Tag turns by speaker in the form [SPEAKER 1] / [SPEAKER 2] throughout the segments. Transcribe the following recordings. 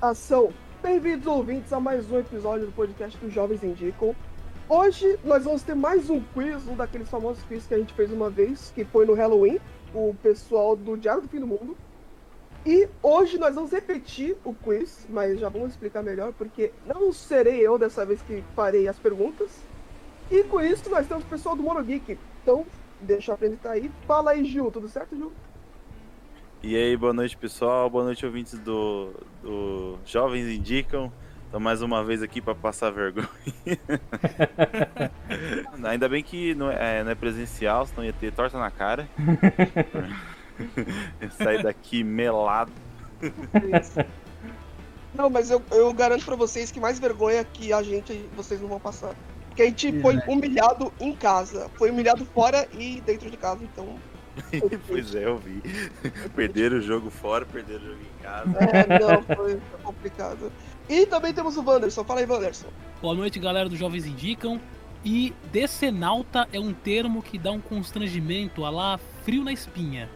[SPEAKER 1] Ação! Bem-vindos, ouvintes, a mais um episódio do podcast dos Jovens Indicam. Hoje nós vamos ter mais um quiz, um daqueles famosos quiz que a gente fez uma vez, que foi no Halloween, o pessoal do Diário do Fim do Mundo. E hoje nós vamos repetir o quiz, mas já vamos explicar melhor, porque não serei eu dessa vez que farei as perguntas. E com isso nós temos o pessoal do Mono Geek. Então, deixa eu apresentar aí. Fala aí, Gil, tudo certo, Gil?
[SPEAKER 2] E aí, boa noite pessoal, boa noite ouvintes do, do Jovens Indicam. Então mais uma vez aqui para passar vergonha. Ainda bem que não é, não é presencial, senão ia ter torta na cara. Eu saí daqui melado.
[SPEAKER 1] Não, mas eu, eu garanto pra vocês que mais vergonha que a gente, vocês não vão passar. Porque a gente foi humilhado em casa. Foi humilhado fora e dentro de casa, então.
[SPEAKER 2] pois é, eu vi. Perderam o jogo fora, perderam o jogo em casa.
[SPEAKER 1] É, não, foi complicado. E também temos o Wanderson. Fala aí, Wanderson.
[SPEAKER 3] Boa noite, galera do Jovens Indicam. E decenalta é um termo que dá um constrangimento a lá frio na espinha.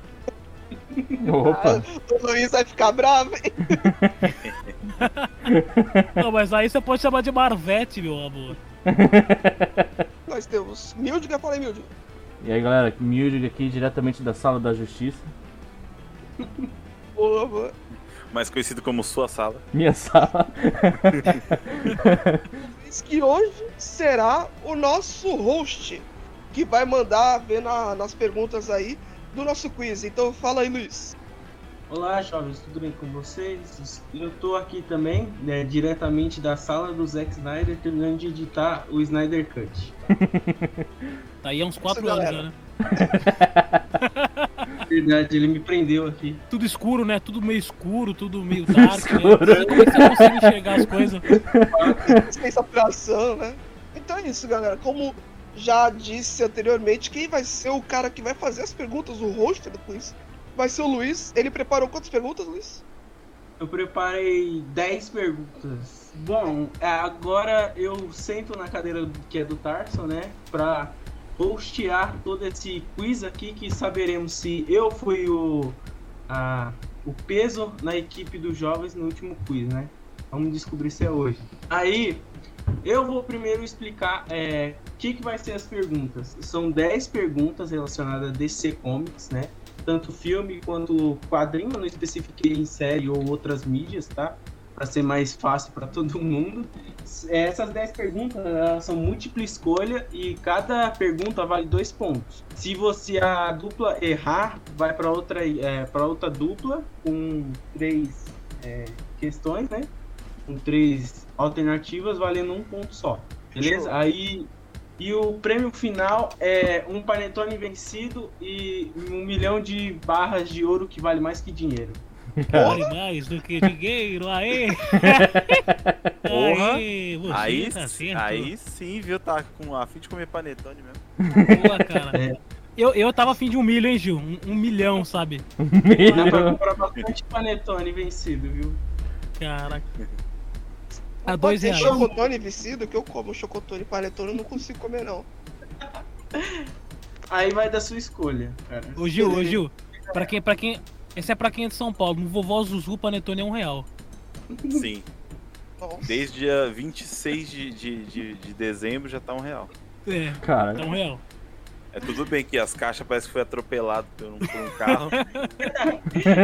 [SPEAKER 4] Opa!
[SPEAKER 1] O Luiz vai ficar bravo. hein?
[SPEAKER 3] Não, mas aí você pode chamar de Marvete, meu amor.
[SPEAKER 1] Nós temos Mildiga. Fala aí, Mildiga.
[SPEAKER 4] E aí galera, Mildig aqui diretamente da Sala da Justiça.
[SPEAKER 1] Boa, boa.
[SPEAKER 2] Mais conhecido como sua sala.
[SPEAKER 4] Minha sala.
[SPEAKER 1] Diz que hoje será o nosso host que vai mandar ver na- nas perguntas aí do nosso quiz. Então fala aí, Luiz.
[SPEAKER 5] Olá, jovens, tudo bem com vocês? Eu tô aqui também, né, diretamente da sala do Zack Snyder, terminando de editar o Snyder Cut.
[SPEAKER 3] Tá aí há uns quatro
[SPEAKER 1] Isso,
[SPEAKER 3] anos
[SPEAKER 1] galera.
[SPEAKER 3] já, né?
[SPEAKER 5] Na verdade, ele me prendeu aqui.
[SPEAKER 3] Tudo escuro, né? Tudo meio escuro, tudo meio dark,
[SPEAKER 4] escuro.
[SPEAKER 3] né? Como é que você consegue enxergar as coisas?
[SPEAKER 1] Sem saturação, né? Então é isso, galera. Como já disse anteriormente, quem vai ser o cara que vai fazer as perguntas, o host do quiz, vai ser o Luiz. Ele preparou quantas perguntas, Luiz?
[SPEAKER 5] Eu preparei 10 perguntas. Bom, é, agora eu sento na cadeira que é do Tarso, né? Pra hostear todo esse quiz aqui que saberemos se eu fui o, a- o peso na equipe dos jovens no último quiz, né? Vamos descobrir se é hoje. Aí, eu vou primeiro explicar é, o que, que vai ser as perguntas. São 10 perguntas relacionadas a DC Comics, né? tanto filme quanto quadrinho, eu não especifiquei em série ou outras mídias, tá? Para ser mais fácil para todo mundo. É, Essas 10 perguntas elas são múltipla escolha e cada pergunta vale dois pontos. Se você a dupla errar, vai para outra é, para outra dupla com três é, questões, né? Com três alternativas valendo um ponto só. Beleza?
[SPEAKER 1] Show.
[SPEAKER 5] Aí e o prêmio final é um panetone vencido e um milhão de barras de ouro que vale mais que dinheiro.
[SPEAKER 3] Vale mais do que dinheiro, aê!
[SPEAKER 2] Porra!
[SPEAKER 3] Aê, você
[SPEAKER 2] aí,
[SPEAKER 3] tá certo.
[SPEAKER 2] aí sim, viu? Tá com a fim de comer panetone mesmo.
[SPEAKER 3] Boa, cara.
[SPEAKER 5] É.
[SPEAKER 3] Eu, eu tava afim de um milho, hein, Gil? Um, um milhão, sabe?
[SPEAKER 5] Dá pra
[SPEAKER 4] Milho.
[SPEAKER 5] comprar bastante panetone vencido, viu?
[SPEAKER 3] Caraca. A Ah, dois
[SPEAKER 1] Pode um ter
[SPEAKER 3] reais.
[SPEAKER 1] chocotone vestido, que eu como chocotone e paletone, eu não consigo comer, não.
[SPEAKER 5] Aí vai da sua escolha, cara.
[SPEAKER 3] Ô Gil, ô Gil, pra quem, pra quem. Esse é pra quem é de São Paulo. No vovó Zuzu, Panetone é um real.
[SPEAKER 2] Sim.
[SPEAKER 1] Nossa.
[SPEAKER 2] Desde dia 26 de, de, de, de dezembro já tá um real.
[SPEAKER 3] É, é
[SPEAKER 4] Cara,
[SPEAKER 3] um real.
[SPEAKER 2] É tudo bem que as caixas parece que foi atropelado por um, por um carro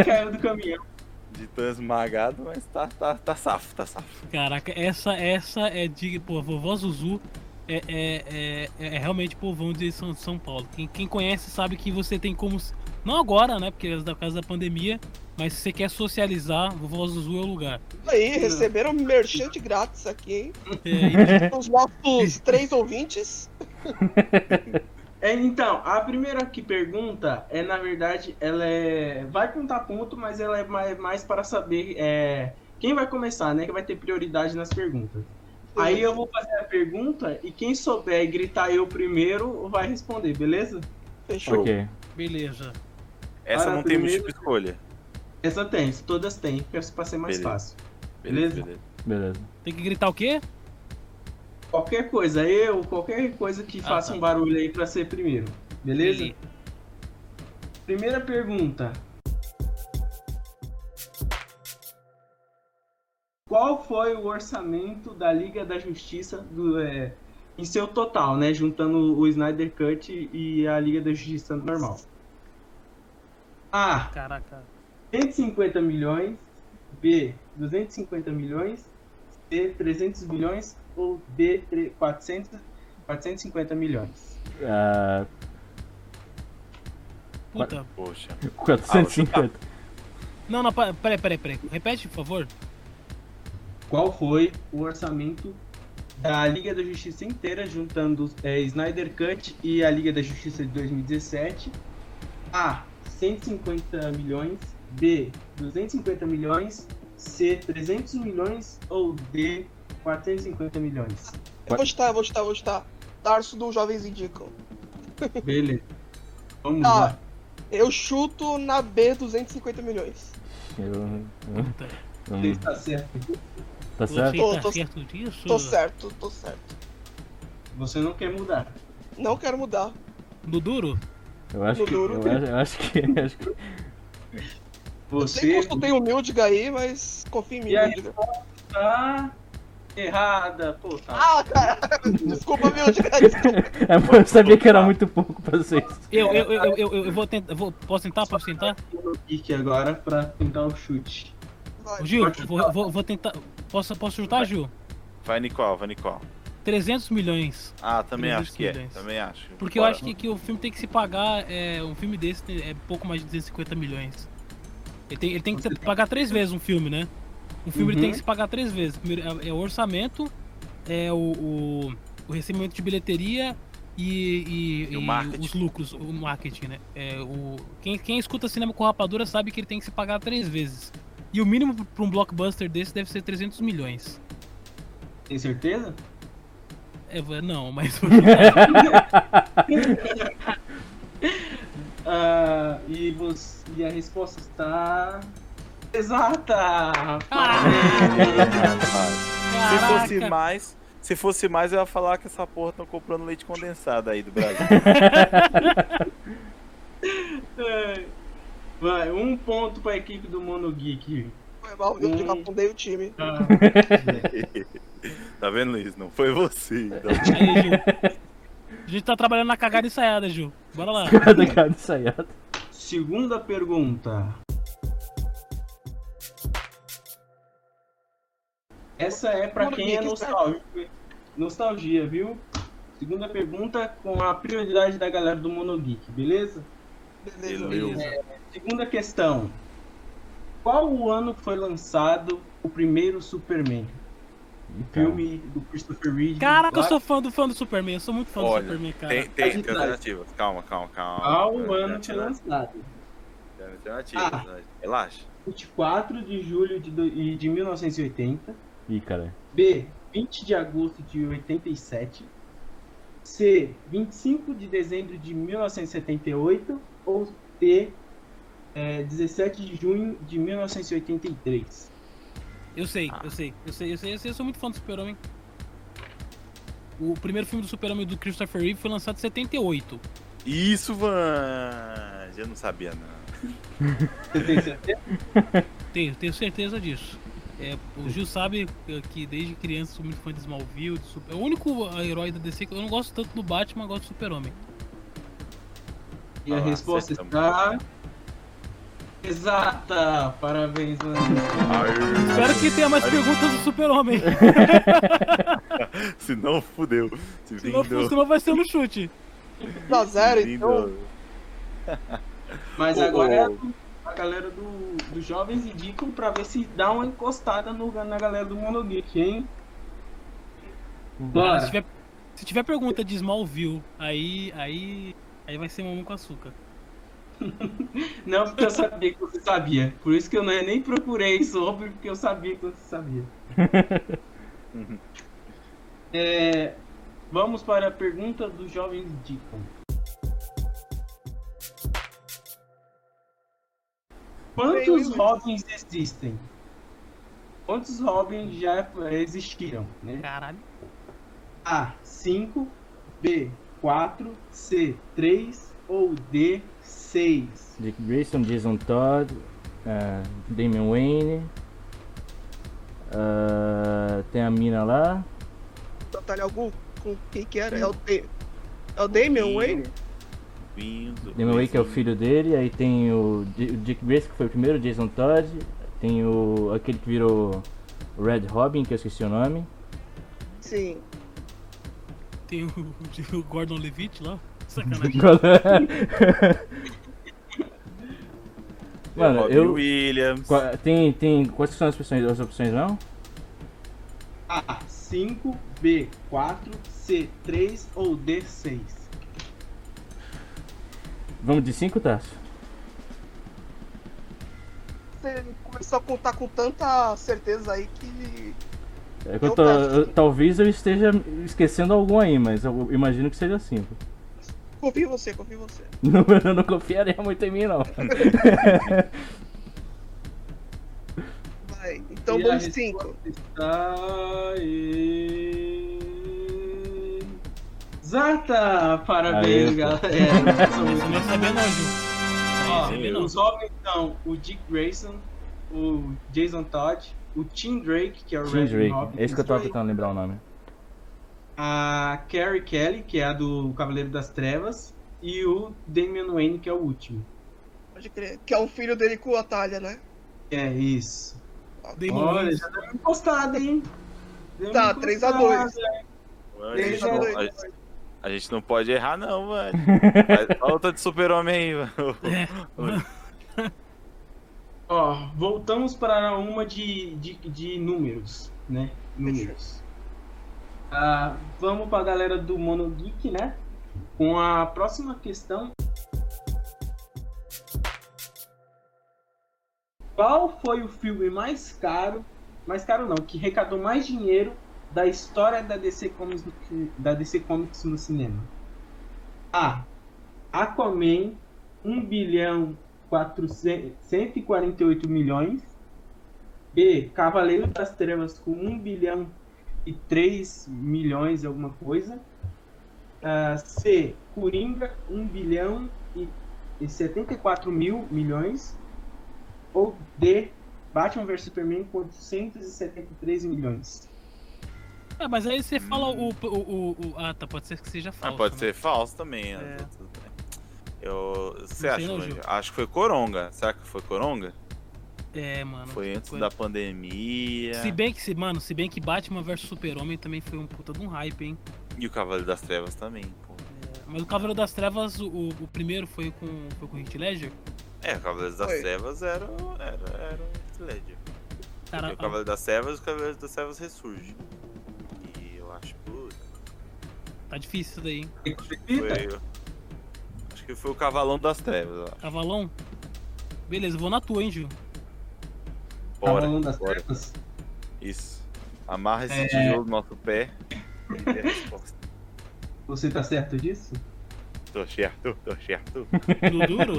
[SPEAKER 5] Caiu do caminhão.
[SPEAKER 2] de tão esmagado, mas tá, tá, tá safo, tá safo.
[SPEAKER 3] Caraca, essa, essa é de. Pô, vovó Zuzu é, é, é, é realmente povão de São, de São Paulo. Quem, quem conhece sabe que você tem como. se- Não agora, né? Porque é da causa da pandemia. Mas se você quer socializar, vovó Zuzu é o lugar.
[SPEAKER 1] Aí, receberam um merchan de grátis aqui, hein?
[SPEAKER 3] É,
[SPEAKER 1] Os nossos três ouvintes.
[SPEAKER 5] É, então, a primeira que pergunta é, na verdade, ela é. Vai contar ponto, mas ela é mais, mais para saber é, quem vai começar, né? Que vai ter prioridade nas perguntas. Aí eu vou fazer a pergunta e quem souber gritar eu primeiro vai responder, beleza?
[SPEAKER 1] Fechou.
[SPEAKER 4] ok.
[SPEAKER 3] e- beleza.
[SPEAKER 2] Essa
[SPEAKER 5] Para
[SPEAKER 2] não tem
[SPEAKER 5] primeiro-
[SPEAKER 2] múltipla escolha.
[SPEAKER 5] Essa tem, todas têm, pra pra ser mais
[SPEAKER 2] Beleza.
[SPEAKER 5] fácil.
[SPEAKER 2] Beleza,
[SPEAKER 5] Beleza.
[SPEAKER 2] beleza.
[SPEAKER 4] Beleza.
[SPEAKER 3] Tem que gritar o quê?
[SPEAKER 5] Qualquer coisa, eu, qualquer coisa que
[SPEAKER 3] Ah,
[SPEAKER 5] faça
[SPEAKER 3] tá.
[SPEAKER 5] um barulho aí pra ser primeiro, beleza? Primeira pergunta. Qual foi o orçamento da Liga da Justiça do, é, em seu total, né? Juntando o Snyder Cut e a Liga da Justiça normal. A.
[SPEAKER 3] Caraca.
[SPEAKER 5] 150 milhões. B. 250 milhões. C. 300 milhões. Ou D. tre- 400, 450 milhões.
[SPEAKER 4] Ah,
[SPEAKER 3] Puta.
[SPEAKER 2] Poxa.
[SPEAKER 4] 450.
[SPEAKER 3] Não, não, pa- peraí, peraí, peraí. Repete, por favor.
[SPEAKER 5] Qual foi o orçamento da Liga da Justiça inteira, juntando é, Snyder Cut e a Liga da Justiça de 2017? A. 150 milhões. B. 250 milhões. C. 300 milhões. Ou D. 450 milhões.
[SPEAKER 1] Eu vou estar, eu vou estar, eu vou estar. Tarso do Jovens Indicam.
[SPEAKER 5] Beleza. Vamos
[SPEAKER 1] Ah.
[SPEAKER 5] lá.
[SPEAKER 1] Eu chuto na B 250 milhões.
[SPEAKER 4] Eu-
[SPEAKER 3] Puta.
[SPEAKER 4] eu-
[SPEAKER 5] Você está certo.
[SPEAKER 4] tá certo?
[SPEAKER 1] Tô,
[SPEAKER 3] Você tá
[SPEAKER 1] tô-
[SPEAKER 3] certo disso?
[SPEAKER 1] Tô certo, tô certo.
[SPEAKER 5] Você não quer mudar.
[SPEAKER 1] Não quero mudar.
[SPEAKER 3] No duro?
[SPEAKER 4] Eu acho que. Eu acho, eu acho que. eu acho que-
[SPEAKER 1] Sei que
[SPEAKER 5] Você
[SPEAKER 1] eu estudei o Mildiga aí, mas confia em mim,
[SPEAKER 5] E aí?
[SPEAKER 1] Mildiga.
[SPEAKER 5] está tá errada. Pô, tá.
[SPEAKER 1] Ah, cara! Desculpa, Mildiga. desculpa.
[SPEAKER 4] É, mas eu sabia que era muito pouco pra vocês.
[SPEAKER 3] Eu, eu, eu, eu, eu, eu vou tentar. Vou, posso tentar? Posso tentar?
[SPEAKER 5] Eu pique agora pra tentar o chute.
[SPEAKER 1] Vai.
[SPEAKER 3] Ô, Gil, vou, vou, vou tentar. Posso, posso chutar, Gil?
[SPEAKER 2] Vai, Nicole, vai, Nicole.
[SPEAKER 3] 300 milhões.
[SPEAKER 2] Ah, também acho que é.
[SPEAKER 3] Presidente.
[SPEAKER 2] Também acho.
[SPEAKER 3] Porque eu acho que, que o filme tem que se pagar. É, um filme desse tem- é pouco mais de 250 milhões. Ele tem, ele tem que se pagar três vezes um filme, né? Um filme ele
[SPEAKER 5] Uhum.
[SPEAKER 3] tem que se pagar três vezes. Primeiro é, é o orçamento, é o, o, o recebimento de bilheteria e, e,
[SPEAKER 2] E o marketing.
[SPEAKER 3] os lucros, o marketing, né? É, o, quem, quem escuta cinema com rapadura sabe que ele tem que se pagar três vezes. E o mínimo pra um blockbuster desse deve ser 300 milhões.
[SPEAKER 5] Tem certeza?
[SPEAKER 3] É, não, mas.
[SPEAKER 5] Ah, e, você, e a resposta está. Exata!
[SPEAKER 1] Ah.
[SPEAKER 2] Ah, Se
[SPEAKER 3] é tá Caraca,
[SPEAKER 2] fosse mais, se fosse mais, eu ia falar que essa porra tão comprando leite condensado aí do Brasil.
[SPEAKER 5] É. Vai, um ponto pra equipe do Mono Geek.
[SPEAKER 1] Foi mal, Mildiga, afundei o time.
[SPEAKER 5] Ah,
[SPEAKER 2] tá vendo, Luiz? Não foi você. então.
[SPEAKER 3] Aí, Gil. A gente tá trabalhando na cagada ensaiada, Gil. Bora lá.
[SPEAKER 4] Cada cara ensaiado.
[SPEAKER 5] segunda pergunta. Essa é pra
[SPEAKER 1] Mono
[SPEAKER 5] quem
[SPEAKER 1] Geek
[SPEAKER 5] é
[SPEAKER 1] está-
[SPEAKER 5] nostálgico. Nostalgia, viu? Segunda pergunta com a prioridade da galera do Mono Geek, beleza?
[SPEAKER 1] Beleza.
[SPEAKER 2] Beleza.
[SPEAKER 5] Segunda questão. Qual o ano que foi lançado o primeiro Superman?
[SPEAKER 4] Ih, cara.
[SPEAKER 5] Filme do Christopher Reeve.
[SPEAKER 3] Caraca, eu
[SPEAKER 5] lá-
[SPEAKER 3] sou fã do fã do Superman. Eu sou muito fã
[SPEAKER 2] Olha,
[SPEAKER 3] do Superman, cara.
[SPEAKER 2] Tem, tem, tem alternativas. Calma, calma, calma.
[SPEAKER 3] Ah,
[SPEAKER 5] Qual o ano que foi
[SPEAKER 2] Tem
[SPEAKER 5] lançado?
[SPEAKER 1] Ah.
[SPEAKER 2] alternativas. né? Relaxa.
[SPEAKER 5] 24 de julho de, do- e- de 1980.
[SPEAKER 4] Ih, cara.
[SPEAKER 5] B. 20 de agosto de 87. C. 25 de dezembro de 1978. Ou D. é, 17 de junho de 1983.
[SPEAKER 3] Eu sei, eu sei, eu sei, eu sei, eu sei, eu sou muito fã do Super-Homem. O primeiro filme do Super-Homem do Christopher Reeve foi lançado em 78.
[SPEAKER 2] Isso, Van! Eu não sabia, não.
[SPEAKER 5] Você tem certeza?
[SPEAKER 3] Tenho, tenho certeza disso. É, o Gil sabe eh, que desde criança sou muito fã de Smallville. de Super... É o único ah, herói da DC que eu não gosto tanto do Batman, eu gosto do Super-Homem.
[SPEAKER 5] E a
[SPEAKER 2] Ah,
[SPEAKER 5] resposta
[SPEAKER 2] acertamos.
[SPEAKER 5] está. Exata! Parabéns, mano.
[SPEAKER 3] Espero que tenha mais perguntas do Super-Homem.
[SPEAKER 2] Se não, fudeu. Se
[SPEAKER 3] Senão,
[SPEAKER 2] vingou.
[SPEAKER 3] senão vai ser no chute.
[SPEAKER 1] Tá zero, então.
[SPEAKER 2] Vingou.
[SPEAKER 5] Mas
[SPEAKER 2] Ô,
[SPEAKER 5] agora é a
[SPEAKER 2] ô.
[SPEAKER 5] do- a galera do- dos jovens indicam pra ver se dá uma encostada no, na galera do Mono Geek, hein?
[SPEAKER 3] Se
[SPEAKER 5] Bora!
[SPEAKER 3] tiver, se tiver pergunta de Smallville, aí, aí, aí vai ser mamão com açúcar.
[SPEAKER 5] Não, porque eu sabia que você sabia. Por isso que eu não- nem procurei sobre, porque eu sabia que você sabia. É, vamos para a pergunta dos jovens indicam. Quantos
[SPEAKER 1] Ei,
[SPEAKER 5] Robins existem? Quantos Robins já existiram, né?
[SPEAKER 3] Caralho.
[SPEAKER 5] A, 5, B, 4, C, 3 ou D, 6?
[SPEAKER 4] é, Dick Grayson, Jason Todd, ah, Damian Wayne, Ah, tem a mina lá.
[SPEAKER 1] Batalha algum? Com quem que era? É o, Da- é o Damian Wayne?
[SPEAKER 2] Vinhos, o
[SPEAKER 4] Damian Wayne que é o
[SPEAKER 2] Vinhos.
[SPEAKER 4] filho dele. Aí tem o Di- o Dick Grayson, que foi o primeiro, Jason Todd. Tem o aquele que virou o Red Robin, que eu esqueci o nome.
[SPEAKER 1] Sim.
[SPEAKER 3] Tem o, o Gordon Levitt lá. Sacanagem.
[SPEAKER 4] Mano,
[SPEAKER 2] Robbie
[SPEAKER 4] eu.
[SPEAKER 2] é Williams.
[SPEAKER 4] qua- Tem, tem. Quais são as opções? As opções não?
[SPEAKER 5] A, 5, B, 4, C, 3 ou D, 6?
[SPEAKER 4] Vamos de 5, Tarso?
[SPEAKER 1] Você começou a contar com tanta certeza aí que.
[SPEAKER 4] É que eu
[SPEAKER 1] Eu
[SPEAKER 4] tô-
[SPEAKER 1] peço.
[SPEAKER 4] eu- talvez eu esteja esquecendo algum aí, mas eu imagino que seja 5.
[SPEAKER 1] Confio em você, confio em você.
[SPEAKER 4] Não, eu não confiaria muito em mim, não.
[SPEAKER 1] Vai. Então
[SPEAKER 5] E a
[SPEAKER 1] vamos cinco.
[SPEAKER 5] resposta Está em... Exata! Parabéns,
[SPEAKER 4] Aê.
[SPEAKER 5] galera. É, São
[SPEAKER 3] Você não vai saber não, Ju. Você não vai saber
[SPEAKER 5] Ó,
[SPEAKER 3] não.
[SPEAKER 5] os homens são o Dick Grayson, o Jason Todd, o Tim Drake, que é o
[SPEAKER 4] Tim
[SPEAKER 5] Red
[SPEAKER 4] Drake.
[SPEAKER 5] Robin,
[SPEAKER 4] É isso que eu tava
[SPEAKER 5] Drake,
[SPEAKER 4] tentando lembrar o nome.
[SPEAKER 5] a Carrie Kelly, que é a do Cavaleiro das Trevas, e o Damian Wayne, que é o último.
[SPEAKER 1] Pode crer. Que é o filho dele com o Atalha, né?
[SPEAKER 5] É isso.
[SPEAKER 3] Damon
[SPEAKER 5] Olha,
[SPEAKER 3] Wayans.
[SPEAKER 5] já deu uma encostada, hein? Deu uma
[SPEAKER 1] Tá, 3 a
[SPEAKER 5] encostada.
[SPEAKER 1] 2.
[SPEAKER 2] A gente,
[SPEAKER 5] Ele
[SPEAKER 2] não,
[SPEAKER 1] já-
[SPEAKER 2] a, gente- a gente não pode errar, não, velho. Faz Falta de super-homem aí, mano.
[SPEAKER 3] É.
[SPEAKER 5] Ó, voltamos para uma de, de, de números, né? Números. Ah, vamos para a galera do Mono Geek, né? Com a próxima questão. Qual foi o filme mais caro, mais caro não, que arrecadou mais dinheiro da história da DC Comics, no- da DC Comics no cinema? A. Aquaman, 1 bilhão 400 148 milhões. B, Cavaleiro das Trevas com 1 bilhão e 3 milhões e alguma coisa. Ah, C, Coringa 1 bilhão e e 74 mil milhões. Ou D, Batman vs Superman com 873 milhões.
[SPEAKER 3] Ah, mas aí você fala o, o, o, o- Ah, tá, pode ser que seja
[SPEAKER 2] Ah,
[SPEAKER 3] falso.
[SPEAKER 2] pode
[SPEAKER 3] né?
[SPEAKER 2] ser falso também. né?
[SPEAKER 3] É.
[SPEAKER 2] Eu. Você
[SPEAKER 3] Não
[SPEAKER 2] acha,
[SPEAKER 3] sei não,
[SPEAKER 2] mano?
[SPEAKER 3] Gil.
[SPEAKER 2] Acho que foi Coronga. Será que foi Coronga?
[SPEAKER 3] É, mano.
[SPEAKER 2] Foi é. antes
[SPEAKER 3] Foi.
[SPEAKER 2] da pandemia.
[SPEAKER 3] Se bem que, se- mano, se bem que Batman vs Super-Homem também foi um puta de um hype, hein?
[SPEAKER 2] E o Cavaleiro das Trevas também, pô.
[SPEAKER 3] Mas o Cavaleiro das Trevas, o, o primeiro foi com, foi com o Heath Ledger.
[SPEAKER 2] É, o Cavaleiro das
[SPEAKER 1] Foi.
[SPEAKER 2] Trevas era, o- era, era o Heath Ledger.
[SPEAKER 3] Cara,
[SPEAKER 4] Ah,
[SPEAKER 2] Porque o Cavaleiro das Trevas, o Cavaleiro das Trevas ressurge. E eu acho que o-
[SPEAKER 3] tá difícil isso daí, hein?
[SPEAKER 5] Repita.
[SPEAKER 2] foi. Acho que foi o Cavalão das Trevas, ó.
[SPEAKER 3] Cavalão? Beleza, eu vou na tua, hein, Gil?
[SPEAKER 2] Bora,
[SPEAKER 5] Cavaleiro das
[SPEAKER 2] bora.
[SPEAKER 5] Trevas.
[SPEAKER 2] Isso. Amarra esse
[SPEAKER 1] É.
[SPEAKER 2] tijolo no nosso pé. E é a resposta.
[SPEAKER 5] Você tá certo disso?
[SPEAKER 2] tô certo, tô certo.
[SPEAKER 3] No duro?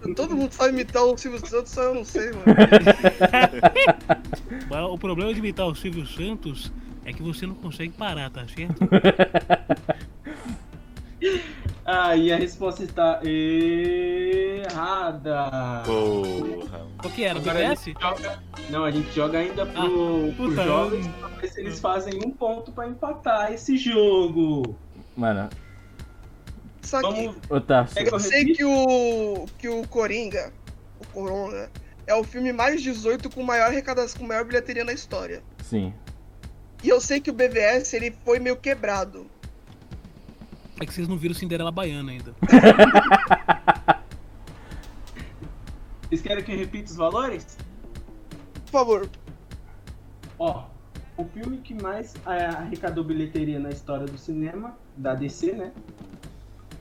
[SPEAKER 1] Mano, todo mundo sabe imitar o Silvio Santos, só eu não sei, mano.
[SPEAKER 3] Mas o problema de imitar o Silvio Santos é que você não consegue parar, tá certo?
[SPEAKER 5] Ah, e a resposta está
[SPEAKER 4] Ah.
[SPEAKER 5] errada.
[SPEAKER 2] Porra.
[SPEAKER 3] Qual que era?
[SPEAKER 5] Agora a
[SPEAKER 3] BBS?
[SPEAKER 5] gente joga- Não, a gente joga ainda pro, pro
[SPEAKER 3] puta,
[SPEAKER 5] jovens pra ver se eles fazem um ponto pra empatar esse jogo.
[SPEAKER 4] Mano,
[SPEAKER 1] Só que
[SPEAKER 5] Vamos.
[SPEAKER 4] ô Tarso,
[SPEAKER 5] É
[SPEAKER 1] eu sei que o. que o Coringa, o Coronga, é o filme mais 18 com maior arrecadação, com maior bilheteria na história.
[SPEAKER 4] sim.
[SPEAKER 1] E eu sei que o BVS ele foi meio quebrado.
[SPEAKER 3] É que vocês não viram Cinderela Baiana ainda.
[SPEAKER 5] Vocês querem que eu repita os valores?
[SPEAKER 1] Por favor,
[SPEAKER 5] Ó, o filme que mais é, arrecadou bilheteria na história do cinema, da DC, né?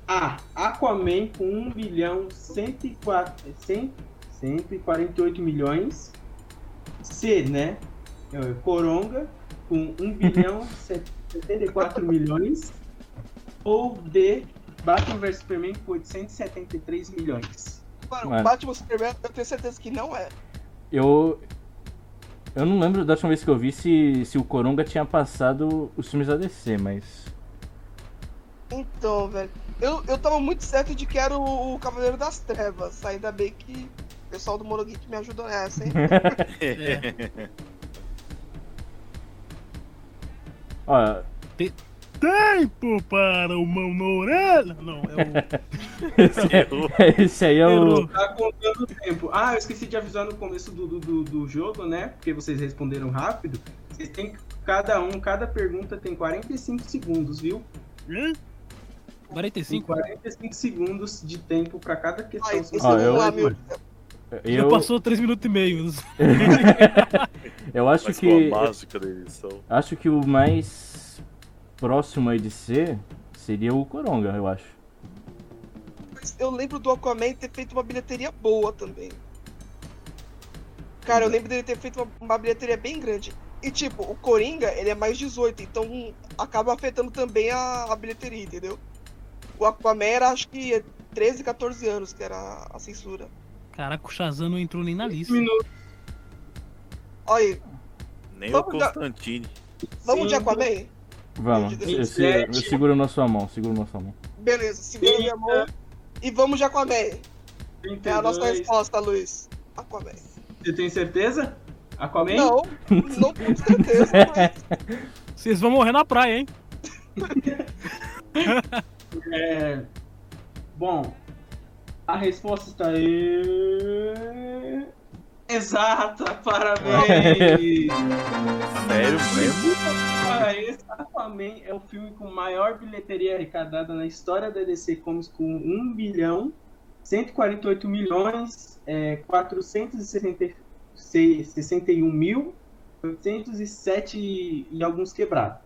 [SPEAKER 5] A. Aquaman com 1 bilhão 104, 100, 148 milhões. C, né? É, Coronga com 1 bilhão 74 milhões. Ou D. Batman vs Superman com 873 milhões.
[SPEAKER 1] mano,
[SPEAKER 4] Mano.
[SPEAKER 1] Batman Superman, eu tenho certeza que não é.
[SPEAKER 4] Eu. Eu não lembro da última vez que eu vi se, se o Coronga tinha passado os filmes da DC, mas.
[SPEAKER 1] Então, velho. Eu, eu tava muito certo de que era o, o Cavaleiro das Trevas.
[SPEAKER 4] É.
[SPEAKER 1] Ainda bem que o pessoal do Monogeek me ajudou nessa, hein?
[SPEAKER 3] É.
[SPEAKER 4] Ó,
[SPEAKER 3] Tempo para o mão na orelha! Não, é
[SPEAKER 4] esse, é, esse aí é o.
[SPEAKER 3] Errou.
[SPEAKER 5] Tá contando o tempo. Ah, eu esqueci de avisar no começo do, do- do, do jogo, né? Porque vocês responderam rápido. Vocês têm que- cada um, cada pergunta tem 45 segundos, viu?
[SPEAKER 3] o. Hã?
[SPEAKER 5] Tem
[SPEAKER 3] 45?
[SPEAKER 5] 45 segundos de tempo pra cada questão.
[SPEAKER 1] Ai,
[SPEAKER 5] Se
[SPEAKER 1] isso
[SPEAKER 5] você
[SPEAKER 4] eu-
[SPEAKER 5] não
[SPEAKER 1] não Ah, é
[SPEAKER 5] lembra,
[SPEAKER 1] meu.
[SPEAKER 3] Já
[SPEAKER 4] Eu,
[SPEAKER 3] passou 3 minutos e meio.
[SPEAKER 4] eu acho
[SPEAKER 2] Mas com
[SPEAKER 4] que.
[SPEAKER 2] a mágica da edição.
[SPEAKER 4] Acho que o mais próximo aí de ser seria o Coronga, eu acho.
[SPEAKER 1] Mas eu lembro do Aquaman ter feito uma bilheteria boa também. Cara, eu lembro dele ter feito uma, uma bilheteria bem grande. E tipo, o Coringa, ele é mais 18, então hum, acaba afetando também a, a bilheteria, entendeu? O Aquaman era, acho que, é 13, 14 anos que era a- a censura.
[SPEAKER 3] Caraca, o Shazam não entrou nem na lista.
[SPEAKER 5] minutos
[SPEAKER 1] Olha aí,
[SPEAKER 2] Nem o
[SPEAKER 1] Vamos já-
[SPEAKER 2] Constantine.
[SPEAKER 1] vamos de
[SPEAKER 5] Cinco.
[SPEAKER 1] Aquaman?
[SPEAKER 4] Vamos, eu, se- eu seguro na sua mão, seguro na sua mão.
[SPEAKER 1] Beleza, segura minha mão. E vamos de Aquaman. É a nossa
[SPEAKER 5] 32.
[SPEAKER 1] resposta, Luiz. Aquaman.
[SPEAKER 5] Você tem certeza? Aquaman?
[SPEAKER 1] Não, não tenho certeza, mas
[SPEAKER 3] Vocês vão morrer na praia, hein?
[SPEAKER 5] É... Bom, a resposta está aí. Exata, parabéns!
[SPEAKER 2] Sério mesmo?
[SPEAKER 5] Ah, esse Aquaman é o filme com maior bilheteria arrecadada na história da DC Comics com 1 bilhão 148 milhões é, 461 mil 807 e e alguns quebrados.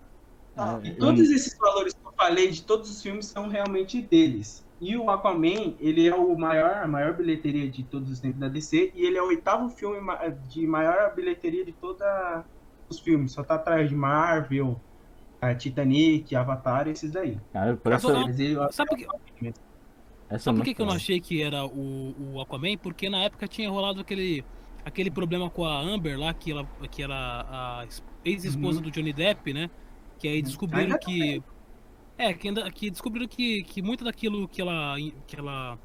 [SPEAKER 1] Tá.
[SPEAKER 5] E
[SPEAKER 4] Eu-
[SPEAKER 5] todos esses valores que eu falei de todos os filmes são realmente deles. E o Aquaman, ele é o maior, a maior bilheteria de todos os tempos da DC e ele é o oitavo filme ma- de maior bilheteria de toda os filmes. Só tá atrás de Marvel, a Titanic, Avatar, esses daí.
[SPEAKER 4] Cara, pra essa,
[SPEAKER 3] Não,
[SPEAKER 5] Mas ele-
[SPEAKER 3] Sabe por que,
[SPEAKER 4] essa
[SPEAKER 3] sabe por
[SPEAKER 4] não é
[SPEAKER 3] que, que eu não
[SPEAKER 4] foi.
[SPEAKER 3] achei que era o, o Aquaman? Porque na época tinha rolado aquele, aquele problema com a Amber lá, que, ela, que era a es- ex-esposa
[SPEAKER 1] Uhum.
[SPEAKER 3] do Johnny Depp, né? Que aí descobriram
[SPEAKER 5] Ainda
[SPEAKER 3] que. É, que, ainda, que descobriram que, que muito daquilo que ela, que ela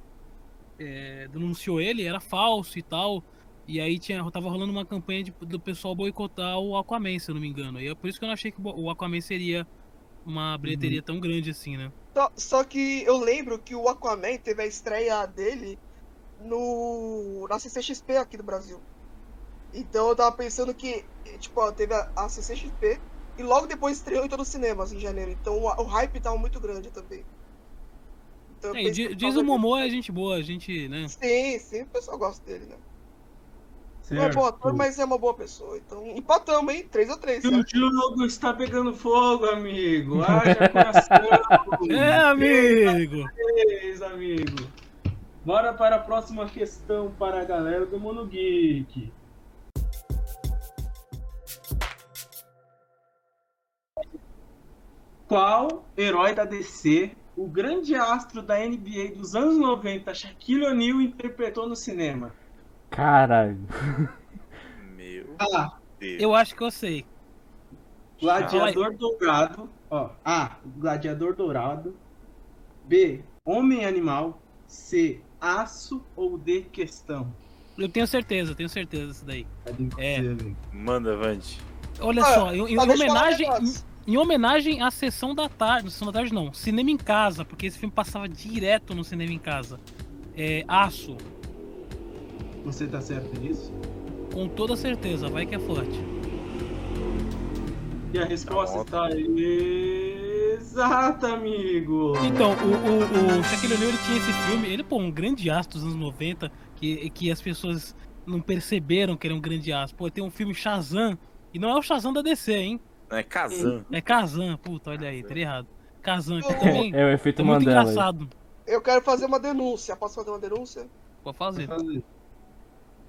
[SPEAKER 3] é, denunciou ele era falso e tal. E aí tinha, tava rolando uma campanha de- do pessoal boicotar o Aquaman, se eu não me engano. E é por isso que eu não achei que o bo- o Aquaman seria uma
[SPEAKER 1] Uhum.
[SPEAKER 3] bilheteria tão grande assim, né?
[SPEAKER 1] Só, só que eu lembro que o Aquaman teve a estreia dele no na CCXP aqui do Brasil. Então eu tava pensando que, tipo, ó, teve a, a CCXP e logo depois estreou em todos os cinemas em janeiro. Então o, o hype tava muito grande também. Então, eu
[SPEAKER 3] É, e
[SPEAKER 1] penso
[SPEAKER 3] di-
[SPEAKER 1] que por
[SPEAKER 3] diz
[SPEAKER 1] causa
[SPEAKER 3] o Momoa é gente boa, a gente, né?
[SPEAKER 1] disso- Sim, sim, o pessoal gosta dele, né? Não é
[SPEAKER 5] Certo.
[SPEAKER 1] bom ator, mas é uma boa pessoa. Então empatamos, hein? 3x3.
[SPEAKER 5] O jogo está pegando fogo, amigo. Haja coração.
[SPEAKER 3] É, amigo!
[SPEAKER 5] Parabéns, amigo. Bora para a próxima questão para a galera do Mundo Geek. Qual herói da DC, o grande astro da NBA dos anos 90, Shaquille O'Neal, interpretou no cinema?
[SPEAKER 4] Caralho.
[SPEAKER 2] Meu
[SPEAKER 5] A.
[SPEAKER 2] Deus.
[SPEAKER 3] Eu acho que eu sei.
[SPEAKER 5] Gladiador Dourado. Ó, A. Gladiador Dourado. B. Homem Animal. C. Aço ou D. Questão?
[SPEAKER 3] Eu tenho certeza, eu tenho certeza disso daí.
[SPEAKER 5] Cadê você,
[SPEAKER 3] É.
[SPEAKER 5] velho?
[SPEAKER 2] Manda, Vante.
[SPEAKER 3] Olha
[SPEAKER 1] Ah,
[SPEAKER 3] só, em, em
[SPEAKER 1] Só deixa eu falar um
[SPEAKER 3] homenagem,
[SPEAKER 1] negócio.
[SPEAKER 3] em, em homenagem à sessão da tarde, sessão da tarde não, cinema em casa, porque esse filme passava direto no cinema em casa. É, aço,
[SPEAKER 5] Você tá certo nisso?
[SPEAKER 3] com toda certeza, vai que é forte.
[SPEAKER 5] E a resposta
[SPEAKER 2] bom.
[SPEAKER 5] está exata, amigo!
[SPEAKER 3] Então, o, o, o Shaquille O'Neal ele tinha esse filme, ele pô, um grande astro dos anos 90, que, que as pessoas não perceberam que era um grande astro. Pô, tem um filme Shazam, e não é o Shazam da DC, hein?
[SPEAKER 2] É Kazan.
[SPEAKER 3] É Kazam, puta, olha aí, tá errado. Kazam, que
[SPEAKER 1] Eu-
[SPEAKER 3] também
[SPEAKER 4] É o efeito
[SPEAKER 3] é muito
[SPEAKER 4] Mandela. aí.
[SPEAKER 3] engraçado.
[SPEAKER 1] Eu quero fazer uma denúncia. Posso fazer uma denúncia?
[SPEAKER 3] Pode fazer.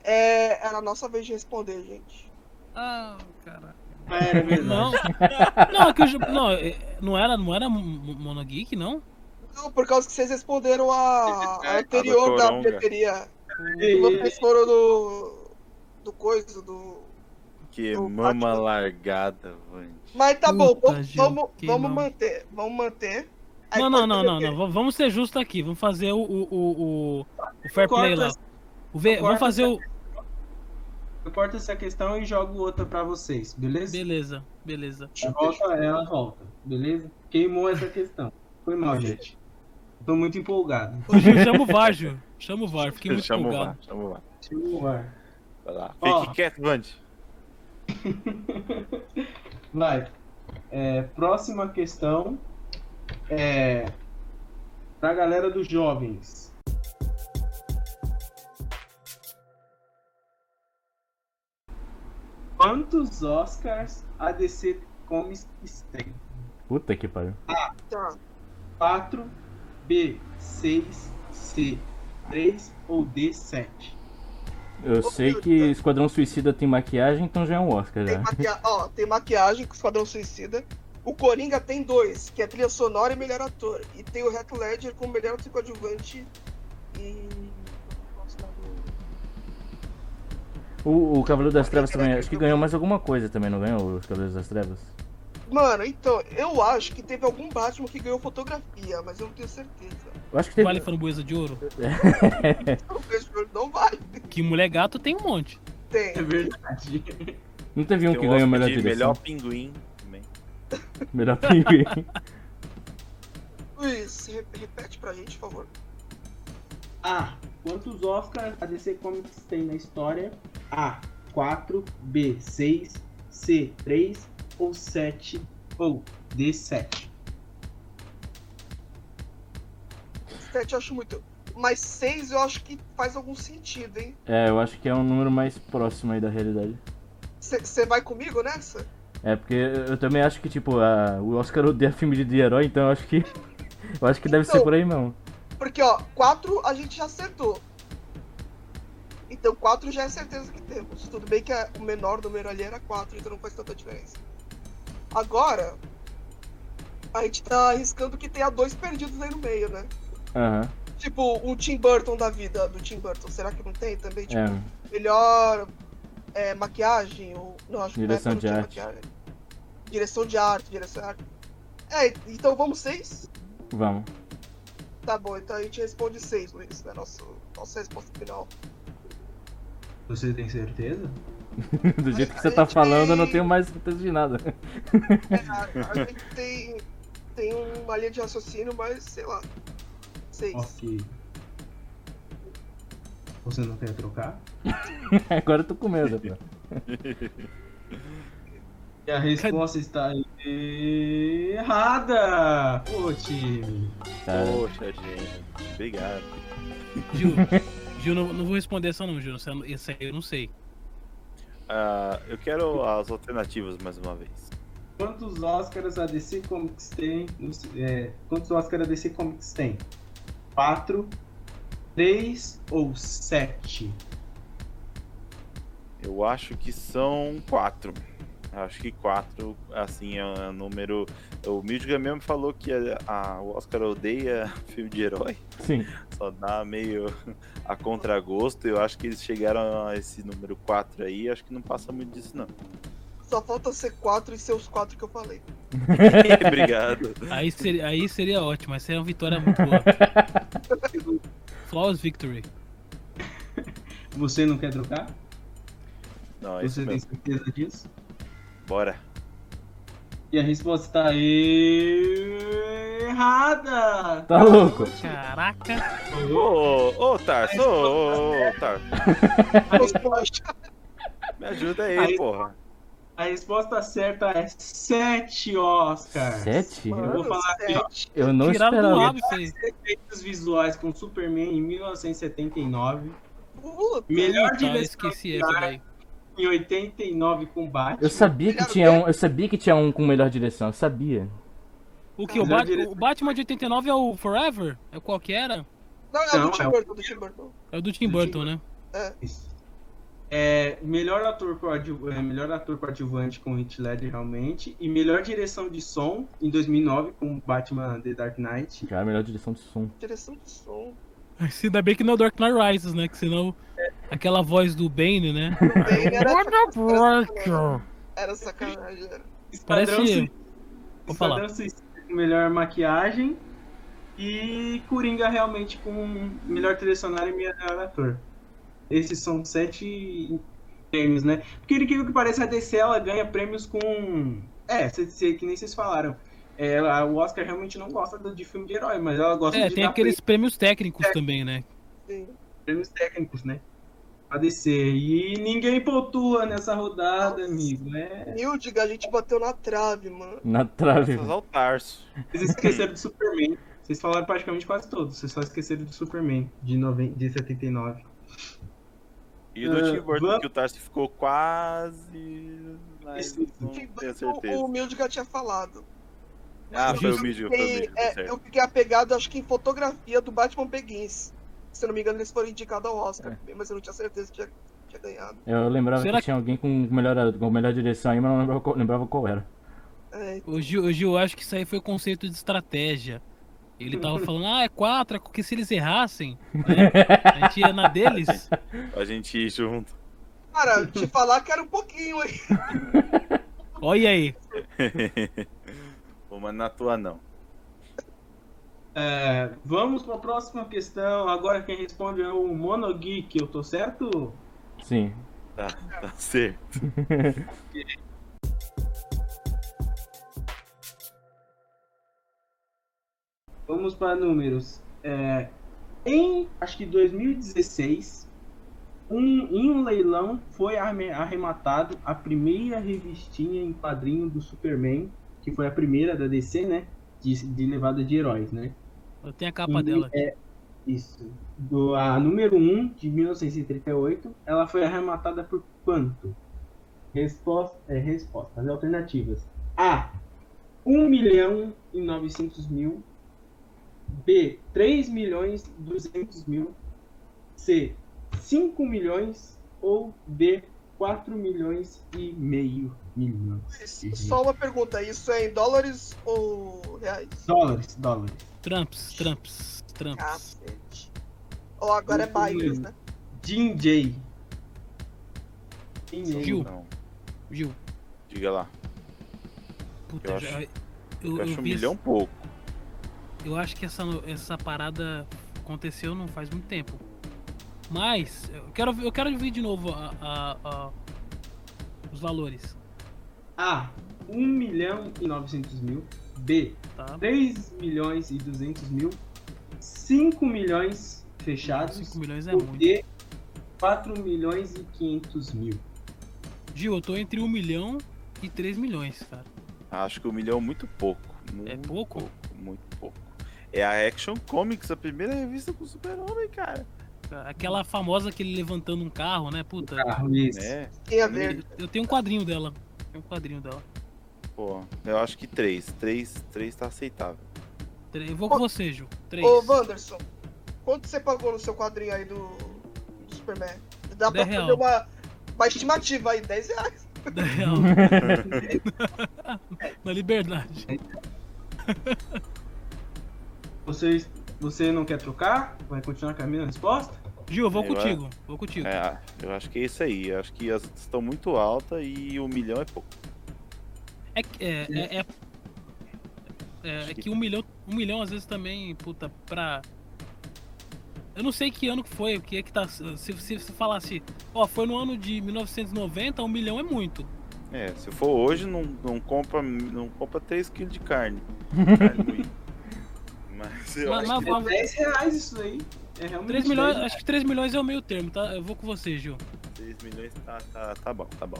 [SPEAKER 1] É, era a nossa vez de responder, gente.
[SPEAKER 3] Ah, cara.
[SPEAKER 5] É
[SPEAKER 3] Não.
[SPEAKER 5] verdade.
[SPEAKER 3] Não, é que eu, ju- não, é- não era, não era mo- mo- monogeek, não?
[SPEAKER 1] Não, por causa que vocês responderam a, a anterior
[SPEAKER 2] Ah,
[SPEAKER 1] da
[SPEAKER 2] do Coronga.
[SPEAKER 1] bilheteria.
[SPEAKER 5] E-
[SPEAKER 1] Vocês foram do. do coisa, do.
[SPEAKER 2] Que
[SPEAKER 1] O
[SPEAKER 2] mama
[SPEAKER 1] Batman.
[SPEAKER 2] largada, Vante.
[SPEAKER 1] Mas tá bom,
[SPEAKER 3] Puta,
[SPEAKER 1] vamos,
[SPEAKER 3] Gil,
[SPEAKER 1] vamos,
[SPEAKER 3] que
[SPEAKER 1] vamos
[SPEAKER 3] não.
[SPEAKER 1] manter. Vamos manter. Aí
[SPEAKER 3] Não, não,
[SPEAKER 1] pode
[SPEAKER 3] não,
[SPEAKER 1] fazer
[SPEAKER 3] não,
[SPEAKER 1] o quê?
[SPEAKER 3] não. V- Vamos ser justos aqui. Vamos fazer o, o, o, o- o fair play
[SPEAKER 5] Corta
[SPEAKER 3] lá.
[SPEAKER 5] essa-
[SPEAKER 3] O ver,
[SPEAKER 5] eu
[SPEAKER 3] vamos
[SPEAKER 5] corto
[SPEAKER 3] fazer o.
[SPEAKER 5] Reporta essa questão e jogo outra pra vocês, beleza?
[SPEAKER 3] Beleza, beleza.
[SPEAKER 5] Volta, ela volta, beleza? Queimou essa questão. Foi mal, gente. Tô muito empolgado.
[SPEAKER 3] Ô, Gil, chama o VAR, Gil. Chama o VAR, fiquei muito
[SPEAKER 2] Chama o
[SPEAKER 3] empolgado.
[SPEAKER 2] VAR, chama o VAR.
[SPEAKER 5] Chegou o ar.
[SPEAKER 2] Vai lá.
[SPEAKER 5] Ó.
[SPEAKER 2] Fique quieto, Vande.
[SPEAKER 5] Vai. É, próxima questão é pra galera dos jovens. Quantos Oscars a DC Comics tem?
[SPEAKER 4] Puta que pariu.
[SPEAKER 1] Tá.
[SPEAKER 5] 4, B, 6, C, 3 ou D, 7?
[SPEAKER 4] Eu sei que Esquadrão Suicida tem maquiagem, então já é um Oscar
[SPEAKER 1] Tem,
[SPEAKER 4] já.
[SPEAKER 1] maquia... Ó, tem maquiagem com o Esquadrão Suicida. O Coringa tem dois, que é trilha sonora e melhor ator. E tem o Heath Ledger como melhor ator coadjuvante e...
[SPEAKER 4] O, o Cavaleiro das Trevas também, acho que ganhou mais alguma coisa também, não ganhou os Cavaleiros das Trevas?
[SPEAKER 1] Mano, então, eu acho que teve algum Batman que ganhou fotografia, mas eu não tenho certeza.
[SPEAKER 4] Eu acho que teve...
[SPEAKER 3] Vale framboesa de ouro?
[SPEAKER 1] Eu vejo que não vale.
[SPEAKER 3] Que mulher gato tem um monte.
[SPEAKER 1] Tem.
[SPEAKER 5] É verdade.
[SPEAKER 4] Não teve um
[SPEAKER 2] Tem
[SPEAKER 4] que
[SPEAKER 2] um
[SPEAKER 4] ganhou
[SPEAKER 2] Oscar
[SPEAKER 4] melhor né?
[SPEAKER 2] de
[SPEAKER 4] direção?
[SPEAKER 2] melhor pinguim também.
[SPEAKER 4] Melhor pinguim.
[SPEAKER 1] Luiz, re- repete pra gente, por favor.
[SPEAKER 5] A. Quantos Oscars a DC Comics tem na história? A. 4, B, 6, C, 3 ou 7 ou D, 7?
[SPEAKER 1] Sete eu acho muito. Mas seis eu acho que faz algum sentido, hein?
[SPEAKER 4] É, eu acho que é um número mais próximo aí da realidade.
[SPEAKER 1] Você vai comigo nessa?
[SPEAKER 4] É, porque eu também acho que, tipo, a- o Oscar odeia filme de herói, então eu acho que. Eu acho que deve ser
[SPEAKER 1] Então-
[SPEAKER 4] por aí mesmo.
[SPEAKER 1] Porque, ó, quatro a gente já acertou. Então quatro já é certeza que temos. Tudo bem que a- o menor número ali era quatro, então não faz tanta diferença. Agora, a gente tá arriscando que tenha dois perdidos aí no meio, né?
[SPEAKER 4] Aham.
[SPEAKER 1] Tipo, o Tim Burton da vida do Tim Burton, será que não tem também? Tipo,
[SPEAKER 4] É.
[SPEAKER 1] melhor é, maquiagem ou não acho que na
[SPEAKER 4] Direção
[SPEAKER 1] época não
[SPEAKER 4] de
[SPEAKER 1] tinha maquiagem. direção de arte direção de arte é então vamos seis
[SPEAKER 4] Vamos.
[SPEAKER 1] tá bom então a gente responde seis Luiz né nosso nossa resposta final
[SPEAKER 5] Você tem certeza?
[SPEAKER 4] Do jeito que você tá falando, eu não tenho mais certeza de nada.
[SPEAKER 1] é, a, a gente tem tem uma linha de raciocínio mas sei lá seis
[SPEAKER 5] Ok. Você não quer trocar?
[SPEAKER 4] Agora eu tô com medo, pô.
[SPEAKER 5] E a resposta está errada! Ô, time!
[SPEAKER 4] Cara,
[SPEAKER 2] Poxa, gente. Obrigado.
[SPEAKER 3] Gil, Gil não, não vou responder essa não, Gil. Essa, essa aí eu não sei.
[SPEAKER 2] Ah, eu quero as alternativas mais uma vez.
[SPEAKER 5] Quantos Oscars a DC Comics tem? É, quantos Oscars a DC Comics tem? 4, 3 ou 7?
[SPEAKER 2] Eu acho que são quatro. Acho que quatro, assim, é um número. O Mildiga mesmo falou que a, a- o Oscar odeia filme de herói.
[SPEAKER 4] sim.
[SPEAKER 2] Só dá meio a contragosto. Eu acho que eles chegaram a esse número 4 aí. Acho que não passa muito disso, não.
[SPEAKER 1] só falta ser quatro e ser os quatro que eu falei
[SPEAKER 2] Obrigado.
[SPEAKER 3] Aí seria, aí seria ótimo, essa é uma vitória muito boa. Flawless Victory.
[SPEAKER 5] Você não quer trocar?
[SPEAKER 2] Não, é
[SPEAKER 5] Você
[SPEAKER 2] isso
[SPEAKER 5] tem
[SPEAKER 2] mesmo.
[SPEAKER 5] certeza disso?
[SPEAKER 2] Bora.
[SPEAKER 5] E a resposta está errada!
[SPEAKER 4] Tá louco?
[SPEAKER 3] Caraca.
[SPEAKER 2] Ô, ô, ô, Tars, ô, ô, ô, Tars.
[SPEAKER 1] Poxa,
[SPEAKER 2] Me ajuda aí,
[SPEAKER 5] Aí-
[SPEAKER 2] porra.
[SPEAKER 5] A resposta certa é 7 Oscars!
[SPEAKER 4] Sete?
[SPEAKER 5] Eu
[SPEAKER 1] mano,
[SPEAKER 5] vou falar aqui, ó.
[SPEAKER 4] Eu não
[SPEAKER 3] Tiraram do
[SPEAKER 4] esperava.
[SPEAKER 3] rabo isso aí.
[SPEAKER 5] Efeitos visuais com Superman em 1979.
[SPEAKER 1] puta.
[SPEAKER 5] Melhor
[SPEAKER 3] Tá, eu
[SPEAKER 5] direção
[SPEAKER 3] esqueci essa daí.
[SPEAKER 5] em 89 com Batman.
[SPEAKER 4] Eu sabia que tinha um. Eu sabia que tinha um com melhor direção, eu sabia.
[SPEAKER 3] O que? O,
[SPEAKER 5] Melhor
[SPEAKER 3] Bat-
[SPEAKER 5] direção.
[SPEAKER 3] o Batman de 89 é o Forever? É qual que era?
[SPEAKER 1] não é do
[SPEAKER 5] Não, é
[SPEAKER 1] Tim
[SPEAKER 5] o-
[SPEAKER 1] Burton do Tim Burton
[SPEAKER 3] É o do Tim Burton, né?
[SPEAKER 5] É, melhor ator coadju- é, melhor ator coadjuvante com Heath Ledger realmente e melhor direção de som em 2009 com Batman The Dark Knight.
[SPEAKER 4] Cara, melhor direção de som.
[SPEAKER 1] direção de som
[SPEAKER 3] Se Ainda bem que não é o Dark Knight Rises, né? Que senão aquela voz do Bane, né?
[SPEAKER 1] também era era sacanagem era.
[SPEAKER 3] Parece-
[SPEAKER 5] Sui-
[SPEAKER 3] Vou
[SPEAKER 5] Esquadrão
[SPEAKER 3] falar.
[SPEAKER 5] Suicida com melhor maquiagem e Coringa realmente com melhor trilha sonora e melhor ator. Esses são sete prêmios, né? Porque incrível que pareça, a DC ela ganha prêmios com. É, cê- cê- que nem vocês falaram. É, Ela, o Oscar realmente não gosta do- de filme de herói, mas ela gosta
[SPEAKER 3] É,
[SPEAKER 5] de
[SPEAKER 3] tem
[SPEAKER 5] dar
[SPEAKER 3] aqueles prêmios técnicos também, né?
[SPEAKER 1] Sim.
[SPEAKER 5] prêmios técnicos, né? A DC. E ninguém pontua nessa rodada, amigo. É.
[SPEAKER 1] Nildiga, a gente bateu na trave, mano.
[SPEAKER 4] Na trave.
[SPEAKER 2] Essas ao Tarso.
[SPEAKER 5] Vocês esqueceram do Superman. Vocês falaram praticamente quase todos. Vocês só esqueceram do Superman de, noven... de 79.
[SPEAKER 2] E do
[SPEAKER 5] Ah,
[SPEAKER 2] Tim Burton,
[SPEAKER 5] vamos-
[SPEAKER 2] que o Tarso ficou quase. Mas
[SPEAKER 5] Esse-
[SPEAKER 2] não
[SPEAKER 1] Tim
[SPEAKER 2] tenho
[SPEAKER 1] Burton, é
[SPEAKER 2] certeza.
[SPEAKER 1] o Mildiga tinha falado.
[SPEAKER 2] Ah,
[SPEAKER 1] Mas
[SPEAKER 2] foi
[SPEAKER 1] eu
[SPEAKER 2] o Mídio, foi o
[SPEAKER 1] fiquei,
[SPEAKER 2] Mídio,
[SPEAKER 1] é,
[SPEAKER 2] certo.
[SPEAKER 1] eu fiquei apegado, acho que em fotografia do Batman Begins. Se eu não me engano, eles foram indicados ao Oscar, mas eu não tinha certeza que tinha, tinha ganhado.
[SPEAKER 4] Eu lembrava
[SPEAKER 3] Será
[SPEAKER 4] que tinha alguém com melhor, com melhor direção aí, mas não lembrava qual, lembrava qual era.
[SPEAKER 1] É,
[SPEAKER 3] O Gil, o Gil, eu acho que isso aí foi o conceito de estratégia. Ele tava falando, ah, é quatro, é porque se eles errassem, né? A gente ia na deles.
[SPEAKER 2] A gente ir junto.
[SPEAKER 1] cara, te falar que era um pouquinho, hein?
[SPEAKER 3] Olha aí.
[SPEAKER 2] Pô, mas na tua não.
[SPEAKER 5] É, vamos para a próxima questão. Agora quem responde é o Monogeek. Eu tô certo?
[SPEAKER 4] Sim.
[SPEAKER 2] Tá, tá certo.
[SPEAKER 5] Vamos para números. É, em, acho que 2016, um, em um leilão foi arme- arrematado a primeira revistinha em quadrinho do Superman, que foi a primeira da DC, né? De, de levada de heróis, né?
[SPEAKER 3] Eu tenho a capa dela.
[SPEAKER 5] É, isso. Do, a número 1 de 1938, ela foi arrematada por quanto? Resposta, é, respostas, alternativas. A. 1 milhão e 900 mil. B. 3 milhões e 200 mil. C. 5 milhões. Ou D. 4 milhões e meio milhões.
[SPEAKER 1] Só uma pergunta, isso é em dólares ou reais?
[SPEAKER 5] Dólares, dólares.
[SPEAKER 3] Trumps, Trumps, Trumps.
[SPEAKER 1] Cacete. Ou agora é Binance, né?
[SPEAKER 5] Jim J. Jim J.
[SPEAKER 3] Gil.
[SPEAKER 2] Não,
[SPEAKER 3] Gil,
[SPEAKER 2] diga lá.
[SPEAKER 3] puta,
[SPEAKER 2] Eu
[SPEAKER 3] já-
[SPEAKER 2] acho-
[SPEAKER 3] eu-
[SPEAKER 2] Eu acho
[SPEAKER 3] eu
[SPEAKER 2] um
[SPEAKER 3] vi essa-
[SPEAKER 2] milhão pouco.
[SPEAKER 3] Eu acho que essa, essa parada aconteceu não faz muito tempo. Mas, eu quero, eu quero ver de novo a- a- a- os valores,
[SPEAKER 5] A. 1 milhão e 900 mil. B.
[SPEAKER 3] tá?
[SPEAKER 5] 3 milhões e 200 mil. 5 milhões fechados.
[SPEAKER 3] 5 milhões é
[SPEAKER 5] Ou
[SPEAKER 3] muito.
[SPEAKER 5] D. 4 milhões e 500 mil.
[SPEAKER 3] Gil, eu tô entre 1 milhão e 3 milhões, cara.
[SPEAKER 2] Acho que um milhão é muito pouco. Muito
[SPEAKER 3] É pouco?
[SPEAKER 2] Muito pouco. É a Action Comics, a primeira revista com super-homem, cara.
[SPEAKER 3] Aquela famosa que ele levantando um carro, né? Puta,
[SPEAKER 5] Ah, isso.
[SPEAKER 2] Né?
[SPEAKER 1] Tem a
[SPEAKER 2] Um
[SPEAKER 1] ver.
[SPEAKER 3] eu, eu tenho um quadrinho dela. Tem um quadrinho dela.
[SPEAKER 2] Pô, eu acho que três. Três, três tá aceitável.
[SPEAKER 3] Tre- Eu vou com você, Gil. 3.
[SPEAKER 1] Ô, Wanderson, quanto você pagou no seu quadrinho aí do, do Superman? Dá pra
[SPEAKER 3] Dez
[SPEAKER 1] fazer
[SPEAKER 3] real.
[SPEAKER 1] uma, uma estimativa aí, 10 reais.
[SPEAKER 3] Na liberdade.
[SPEAKER 5] Vocês, você não quer trocar? Vai continuar com a mesma resposta?
[SPEAKER 3] Gil, eu vou
[SPEAKER 2] É,
[SPEAKER 3] contigo. Vou
[SPEAKER 5] Uhum.
[SPEAKER 3] contigo.
[SPEAKER 2] É, eu acho que é isso aí. Eu acho que as estão muito altas e um milhão é pouco.
[SPEAKER 3] É, que- é, é, é, é, é que um milhão, um milhão às vezes também, puta, pra. Eu não sei que ano que foi, porque é que tá. Se, se você falasse, ó, foi no ano de 1990, um milhão é muito.
[SPEAKER 2] É, se for hoje, não, não compra não compra 3 kg de carne. Carne moída. Mas eu
[SPEAKER 3] Mas,
[SPEAKER 2] acho
[SPEAKER 3] mas,
[SPEAKER 2] que
[SPEAKER 5] É 10 reais isso aí. É realmente
[SPEAKER 3] 3 milhões,
[SPEAKER 5] 10.
[SPEAKER 3] acho que 3 milhões é o meio termo, tá? Eu vou com você, Gil.
[SPEAKER 2] 3 milhões tá, tá, tá bom, tá bom.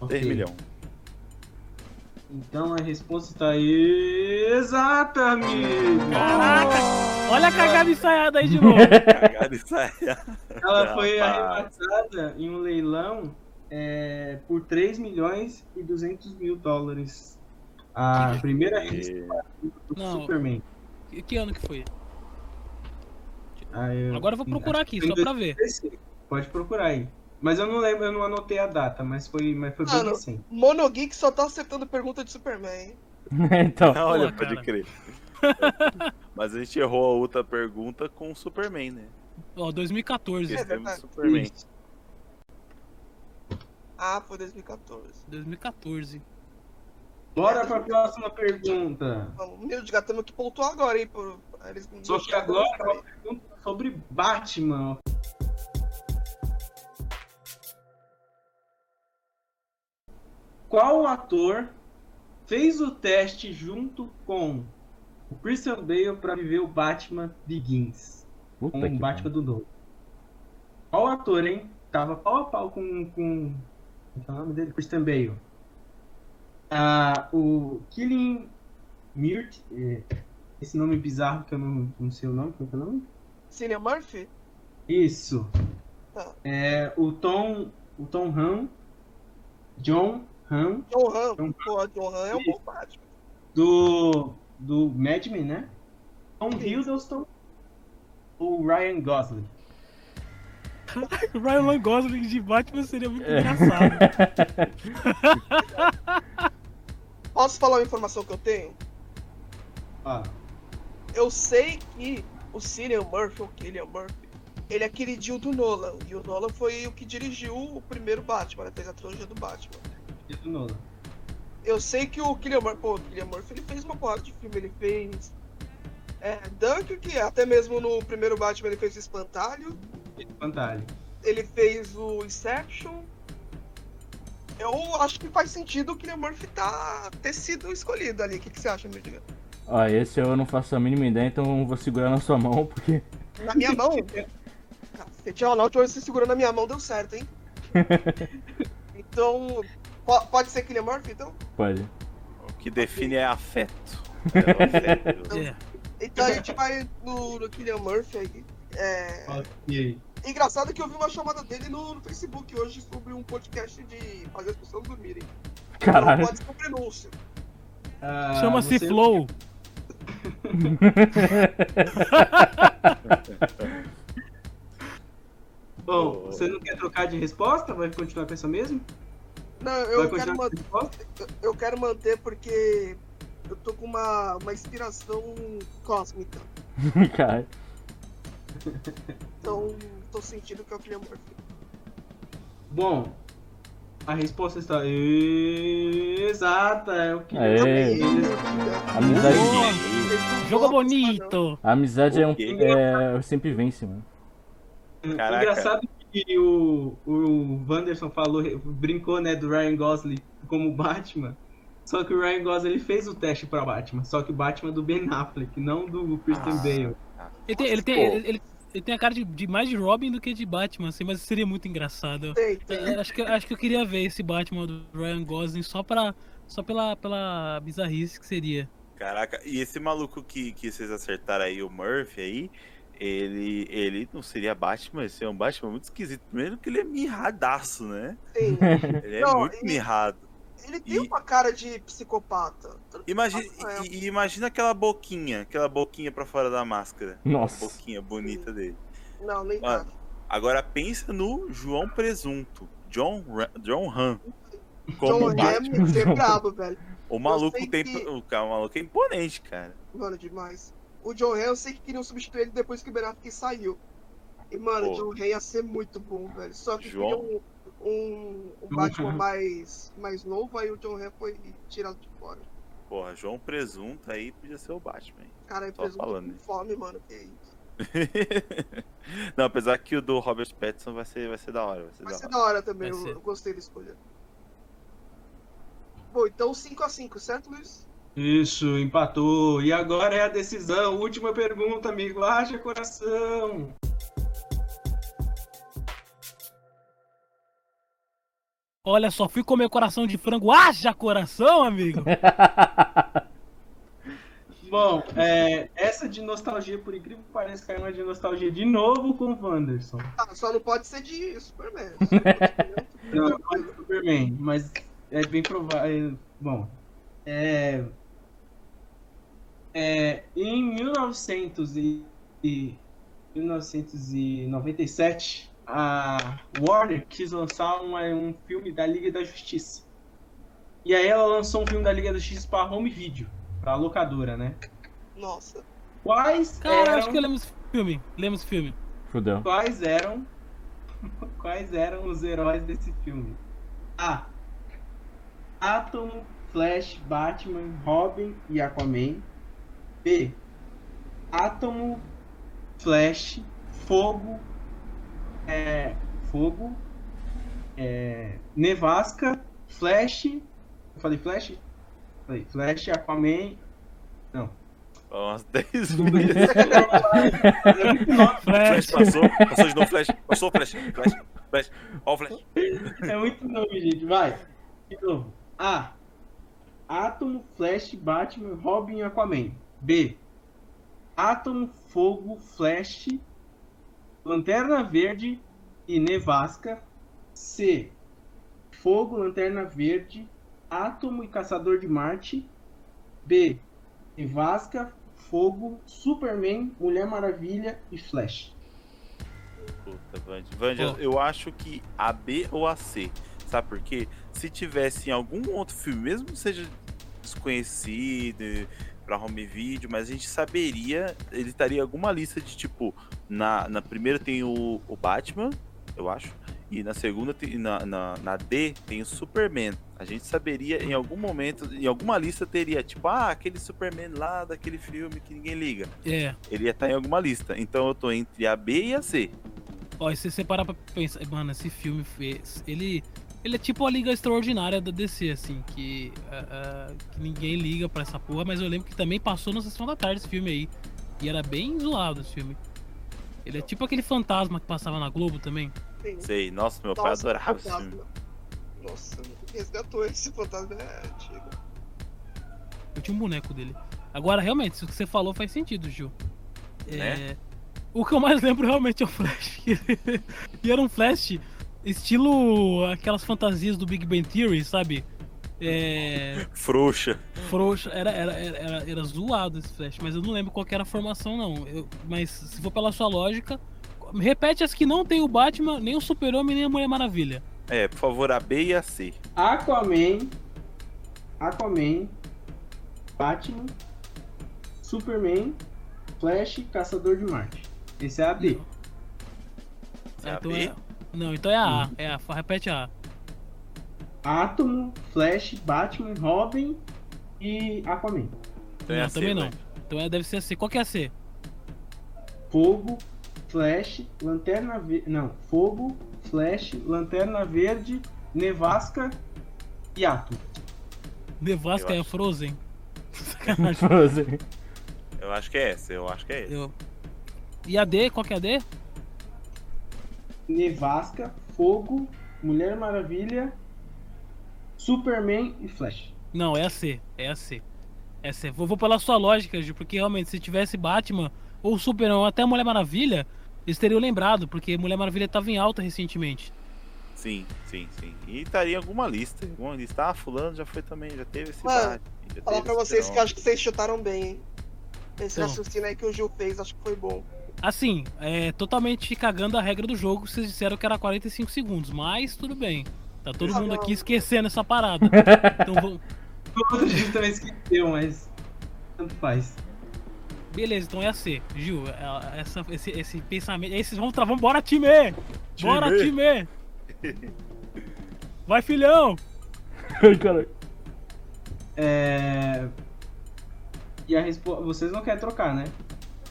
[SPEAKER 5] Ok.
[SPEAKER 2] 3 milhões.
[SPEAKER 5] Então a resposta tá aí. Exata, amigo!
[SPEAKER 3] Caraca! Olha a cagada ensaiada aí de novo.
[SPEAKER 2] Cagada isso aí.
[SPEAKER 5] Ela foi
[SPEAKER 2] Rapaz.
[SPEAKER 5] arrematada em um leilão é, por 3 milhões e 200 mil dólares. A primeira
[SPEAKER 2] é?
[SPEAKER 5] revista
[SPEAKER 2] E-
[SPEAKER 5] do
[SPEAKER 3] Não.
[SPEAKER 5] Superman.
[SPEAKER 3] Que- que ano que foi?
[SPEAKER 5] Ah, eu-
[SPEAKER 3] Agora eu vou procurar
[SPEAKER 5] acho que
[SPEAKER 3] aqui,
[SPEAKER 5] foi
[SPEAKER 3] só
[SPEAKER 5] em
[SPEAKER 3] pra ver.
[SPEAKER 5] 2016. Pode procurar aí. Mas eu não lembro, eu não anotei a data, mas foi, mas
[SPEAKER 2] Ah,
[SPEAKER 5] foi bem
[SPEAKER 1] Mano.
[SPEAKER 5] recente.
[SPEAKER 1] Monogeek só tá acertando pergunta de Superman. hein?
[SPEAKER 4] então,
[SPEAKER 2] Tá, Olha,
[SPEAKER 3] Pô,
[SPEAKER 2] pode
[SPEAKER 3] cara.
[SPEAKER 2] crer. Mas a gente errou a outra pergunta com o Superman, né?
[SPEAKER 3] Ó, 2014.
[SPEAKER 2] Porque temos
[SPEAKER 1] É verdade.
[SPEAKER 2] Superman.
[SPEAKER 5] Isso.
[SPEAKER 1] Ah, foi 2014.
[SPEAKER 3] 2014.
[SPEAKER 5] Bora pra próxima pergunta.
[SPEAKER 1] Então, meu de temos que pontuar agora, hein? Por... Eles não
[SPEAKER 5] Só que
[SPEAKER 1] chegaram
[SPEAKER 5] agora é
[SPEAKER 1] aí.
[SPEAKER 5] uma pergunta sobre Batman. Qual ator fez o teste junto com o Christian Bale para viver o Batman Begins?
[SPEAKER 4] Puta
[SPEAKER 5] Com
[SPEAKER 3] Um
[SPEAKER 4] que
[SPEAKER 5] o Batman do novo. Qual ator, hein? Tava pau a pau com. com... Como é o nome dele? Christian Bale. Ah, o Killing Mirt. é, Esse nome bizarro que eu não, não sei o nome, como é que é o nome?
[SPEAKER 1] Cillian Murphy?
[SPEAKER 5] Isso.
[SPEAKER 1] Tá.
[SPEAKER 5] É o Tom, o Tom Ham, John Ham
[SPEAKER 1] John Hamm.
[SPEAKER 5] John-
[SPEAKER 1] Pô, John Hamm é um bom Batman.
[SPEAKER 5] do do Mad Men, né? Tom Hiddleston ou Ryan Gosling?
[SPEAKER 3] Ryan Lloyd Gosling de Batman seria muito engraçado.
[SPEAKER 1] Posso falar uma informação que eu tenho?
[SPEAKER 5] Ah,
[SPEAKER 1] Eu sei que o Cillian Murphy, ou Cillian Murphy, ele é queridinho do Nolan. E o Nolan foi o que dirigiu o primeiro Batman, né? fez a trilogia do Batman.
[SPEAKER 5] Pedro Nolan.
[SPEAKER 1] Eu sei que o Killian Murphy, pô, o Cillian Murphy, ele fez uma porrada de filme, ele fez é, Dunkirk, até mesmo no primeiro Batman ele fez o Espantalho,
[SPEAKER 5] Fantástico.
[SPEAKER 1] ele fez o Inception. Eu acho que faz sentido o Killian Murphy tá, ter sido escolhido ali. O que, que você acha, meu Deus?
[SPEAKER 4] Ó, esse eu não faço a mínima ideia, então eu vou segurar na sua mão, porque.
[SPEAKER 1] Na minha mão? Cacete, ó, na última vez que você segurou na minha mão, deu certo, hein? então, po- pode ser Killian Murphy, então?
[SPEAKER 4] Pode.
[SPEAKER 2] O que define é afeto. É o afeto.
[SPEAKER 3] É.
[SPEAKER 1] Então a gente vai no, no Killian Murphy aí. É...
[SPEAKER 5] E aí?
[SPEAKER 1] Engraçado que eu vi uma chamada dele no, no Facebook hoje sobre um podcast de fazer as pessoas dormirem. Não
[SPEAKER 4] Caralho.
[SPEAKER 1] pode ser um prenúncio.
[SPEAKER 5] Ah,
[SPEAKER 3] Chama-se
[SPEAKER 5] você-
[SPEAKER 3] Flow.
[SPEAKER 5] Bom, você não quer trocar de resposta? Vai continuar com essa mesma?
[SPEAKER 1] Não,
[SPEAKER 5] Vai
[SPEAKER 1] eu quero,
[SPEAKER 5] continuar com
[SPEAKER 1] man-
[SPEAKER 5] essa resposta?
[SPEAKER 1] eu quero manter porque eu tô com uma, uma inspiração cósmica.
[SPEAKER 4] Caralho.
[SPEAKER 1] Então, tô sentindo que é o Killian Murphy.
[SPEAKER 5] Bom, a resposta está exata. É o que
[SPEAKER 4] Aê. Amizade.
[SPEAKER 3] Boa. Jogo bonito.
[SPEAKER 4] A amizade é um.
[SPEAKER 2] Ok.
[SPEAKER 4] É, eu sempre vence, mano.
[SPEAKER 2] Caraca.
[SPEAKER 5] Engraçado que o, o Wanderson falou, brincou, né, do Ryan Gosling como Batman. Só que o Ryan Gosling ele fez o teste pra Batman, só que o Batman é do Ben Affleck, não do Christian
[SPEAKER 2] Ah.
[SPEAKER 5] Bale.
[SPEAKER 3] Ele tem, ele tem,
[SPEAKER 2] Pô.
[SPEAKER 3] ele, ele- ele tem a cara de, de mais de Robin do que de Batman, assim, mas seria muito engraçado. É, acho, que, acho que eu queria ver esse Batman do Ryan Gosling só, pra, só pela, pela bizarrice que seria.
[SPEAKER 2] Caraca, e esse maluco que, que vocês acertaram aí, o Murphy aí, ele, ele não seria Batman, esse é um Batman muito esquisito. Primeiro que ele é mirradaço, né?
[SPEAKER 1] Sim.
[SPEAKER 2] Ele é
[SPEAKER 1] Não,
[SPEAKER 2] muito
[SPEAKER 1] e-
[SPEAKER 2] mirrado.
[SPEAKER 1] Ele tem
[SPEAKER 2] E-
[SPEAKER 1] uma cara de psicopata.
[SPEAKER 2] Imagina,
[SPEAKER 1] Nossa,
[SPEAKER 2] e- e imagina aquela boquinha, aquela boquinha pra fora da máscara.
[SPEAKER 4] Nossa.
[SPEAKER 2] Boquinha bonita dele.
[SPEAKER 1] Não, nem
[SPEAKER 2] Mano.
[SPEAKER 1] nada.
[SPEAKER 2] Agora pensa no João Presunto, John, Ra- John Han.
[SPEAKER 1] John
[SPEAKER 2] Como Batman.
[SPEAKER 1] Hamm é brabo, velho.
[SPEAKER 2] O maluco
[SPEAKER 1] sei
[SPEAKER 2] tem.
[SPEAKER 1] que-
[SPEAKER 2] O, cara- o maluco é imponente, cara.
[SPEAKER 1] Mano, demais. O John Ray, eu sei que queriam substituir ele depois que o Ben Affleck saiu. E, mano,
[SPEAKER 2] Pô.
[SPEAKER 1] o John Ray ia ser muito bom, velho. Só que
[SPEAKER 2] João?
[SPEAKER 1] queria um, um, um Batman mais, mais novo, aí o John Ray foi tirado de fora.
[SPEAKER 2] Porra, João Presunto aí podia ser o Batman.
[SPEAKER 1] Cara, eu
[SPEAKER 2] Só
[SPEAKER 1] presunto
[SPEAKER 2] falando, né?
[SPEAKER 1] com fome, mano. Que isso.
[SPEAKER 2] Não, apesar que o do Robert Pattinson vai ser, vai ser da hora. Vai ser
[SPEAKER 1] Vai
[SPEAKER 2] da
[SPEAKER 1] ser
[SPEAKER 2] hora.
[SPEAKER 1] da hora também,
[SPEAKER 3] Vai
[SPEAKER 1] eu,
[SPEAKER 3] ser.
[SPEAKER 1] eu gostei da escolha. Bom, então 5x5, certo, Luiz?
[SPEAKER 5] Isso, empatou. E agora é a decisão. Última pergunta, amigo. Haja coração.
[SPEAKER 3] Olha só, fui comer coração de frango. Haja coração, amigo!
[SPEAKER 5] Bom, é, essa de nostalgia, por incrível que pareça, caiu uma de nostalgia de novo com o Wanderson.
[SPEAKER 1] Ah, só não pode ser de Superman. Só não pode ser de outro.
[SPEAKER 5] Não, não é do Superman, mas é bem provável. Bom, é. É. Em 1900 e, e 1997, a Warner quis lançar uma- um filme da Liga da Justiça. E aí ela lançou um filme da Liga da Justiça para home video, para locadora, né?
[SPEAKER 1] Nossa.
[SPEAKER 5] Quais
[SPEAKER 3] Cara,
[SPEAKER 5] eram,
[SPEAKER 3] acho que lemos filme. Lemos filme.
[SPEAKER 4] Fudeu.
[SPEAKER 5] quais eram quais eram os heróis desse filme? A. Atom, Flash, Batman, Robin e Aquaman. B. Átomo, Flash, Fogo, é, Fogo, é, Nevasca, Flash Eu falei Flash? Falei Flash, Aquaman. Não.
[SPEAKER 2] Ó, Umas 10
[SPEAKER 5] Mas
[SPEAKER 2] vezes.
[SPEAKER 3] Flash,
[SPEAKER 6] Flash passou, passou de novo, Flash, passou, Flash, Flash, Flash, ó o Flash.
[SPEAKER 5] É muito nome, gente. Vai. De novo. A. Átomo, Flash, Batman, Robin e Aquaman. B. Átomo, Fogo, Flash, Lanterna Verde e Nevasca. C. Fogo, Lanterna Verde, Átomo e Caçador de Marte. B. Nevasca, Fogo, Superman, Mulher Maravilha e Flash.
[SPEAKER 2] Puta, Vandy. Vandy, eu acho que a B ou a C. Sabe por quê? Se tivesse em algum outro filme, mesmo que seja desconhecido eh, pra home video, mas a gente saberia, ele estaria em alguma lista de tipo, na, na primeira tem o, o Batman, eu acho, e na segunda, tem- na, na, na D, tem o Superman. A gente saberia em algum momento, em alguma lista teria, tipo, ah, aquele Superman lá daquele filme que ninguém liga.
[SPEAKER 3] É.
[SPEAKER 2] Ele ia estar em alguma lista. Então eu tô entre a B e a C.
[SPEAKER 3] Ó, e se você parar pra pensar, mano, esse filme fez. Ele. Ele é tipo a Liga Extraordinária da DC, assim, que, ah, ah, que ninguém liga pra essa porra, mas eu lembro que também passou na sessão da tarde esse filme aí. E era bem zoado esse filme. Ele é tipo aquele fantasma que passava na Globo também.
[SPEAKER 1] Sim.
[SPEAKER 2] Sei, nossa, meu pai
[SPEAKER 1] Nossa,
[SPEAKER 2] adorava esse filme.
[SPEAKER 1] fantasma. Nossa, resgatou esse fantasma é antigo.
[SPEAKER 3] Eu tinha um boneco dele. Agora, realmente, isso que você falou faz sentido, Gil. É,
[SPEAKER 2] Né?
[SPEAKER 3] O que eu mais lembro realmente é o Flash. e era um Flash estilo aquelas fantasias do Big Bang Theory, sabe? É.
[SPEAKER 2] Frouxa.
[SPEAKER 3] Frouxa. Era, era, era, era- era zoado esse Flash, mas eu não lembro qual que era a formação, não. Eu- mas se for pela sua lógica, repete as que não tem o Batman, nem o Super-Homem, nem a Mulher Maravilha.
[SPEAKER 2] É, por favor, a B e a C.
[SPEAKER 5] Aquaman, Aquaman, Batman, Superman, Flash, Caçador de Marte. Esse é a B.
[SPEAKER 2] É a
[SPEAKER 3] então
[SPEAKER 2] B? Uhum.
[SPEAKER 3] é- Não, então é a A. É a, repete a A.
[SPEAKER 5] Átomo, Flash, Batman, Robin e Aquaman.
[SPEAKER 2] Então é
[SPEAKER 3] não,
[SPEAKER 2] a C,
[SPEAKER 3] também não.
[SPEAKER 2] vai.
[SPEAKER 3] Então é, deve ser a C. Qual que é a C?
[SPEAKER 5] Fogo, Flash, Lanterna Verde. Não, Fogo, Flash, Lanterna Verde, Nevasca e Átomo.
[SPEAKER 3] Nevasca
[SPEAKER 2] Eu
[SPEAKER 3] é a
[SPEAKER 2] acho.
[SPEAKER 3] Frozen? Sacanagem.
[SPEAKER 4] Frozen.
[SPEAKER 2] Eu acho que é essa, eu acho que é essa.
[SPEAKER 3] Eu... E a D? Qual que é a D?
[SPEAKER 5] Nevasca, Fogo, Mulher Maravilha, Superman e Flash.
[SPEAKER 3] Não, é a C. É a C. É a C. Vou, vou pela sua lógica, Ju, porque realmente se tivesse Batman ou Superman ou até Mulher Maravilha, eles teriam lembrado, porque Mulher Maravilha tava em alta recentemente.
[SPEAKER 2] Sim, sim, sim. E estaria em alguma lista. em Alguma lista. Ah, fulano já foi também, já teve esse
[SPEAKER 1] Mano,
[SPEAKER 2] Batman, já
[SPEAKER 1] Falar
[SPEAKER 2] teve
[SPEAKER 1] pra
[SPEAKER 2] esse
[SPEAKER 1] vocês que eu
[SPEAKER 2] Superman.
[SPEAKER 1] acho que vocês chutaram bem, hein? Esse
[SPEAKER 3] Bom.
[SPEAKER 1] raciocínio aí que o Gil fez, acho que foi bom.
[SPEAKER 3] Assim, é totalmente cagando a regra do jogo, vocês disseram que era 45 segundos, mas tudo bem. Tá todo
[SPEAKER 1] Ah,
[SPEAKER 3] mundo
[SPEAKER 1] não.
[SPEAKER 3] aqui esquecendo essa parada. Então vamos.
[SPEAKER 5] O outro dia também esqueceu, mas tanto faz.
[SPEAKER 3] Beleza, então é a C. Gil, é- essa, esse, esse pensamento. Esses vamos, tra- vamos, bora time! Bora time! Vai filhão!
[SPEAKER 4] Ai, caralho.
[SPEAKER 5] É... E a resposta. Vocês não querem trocar, né?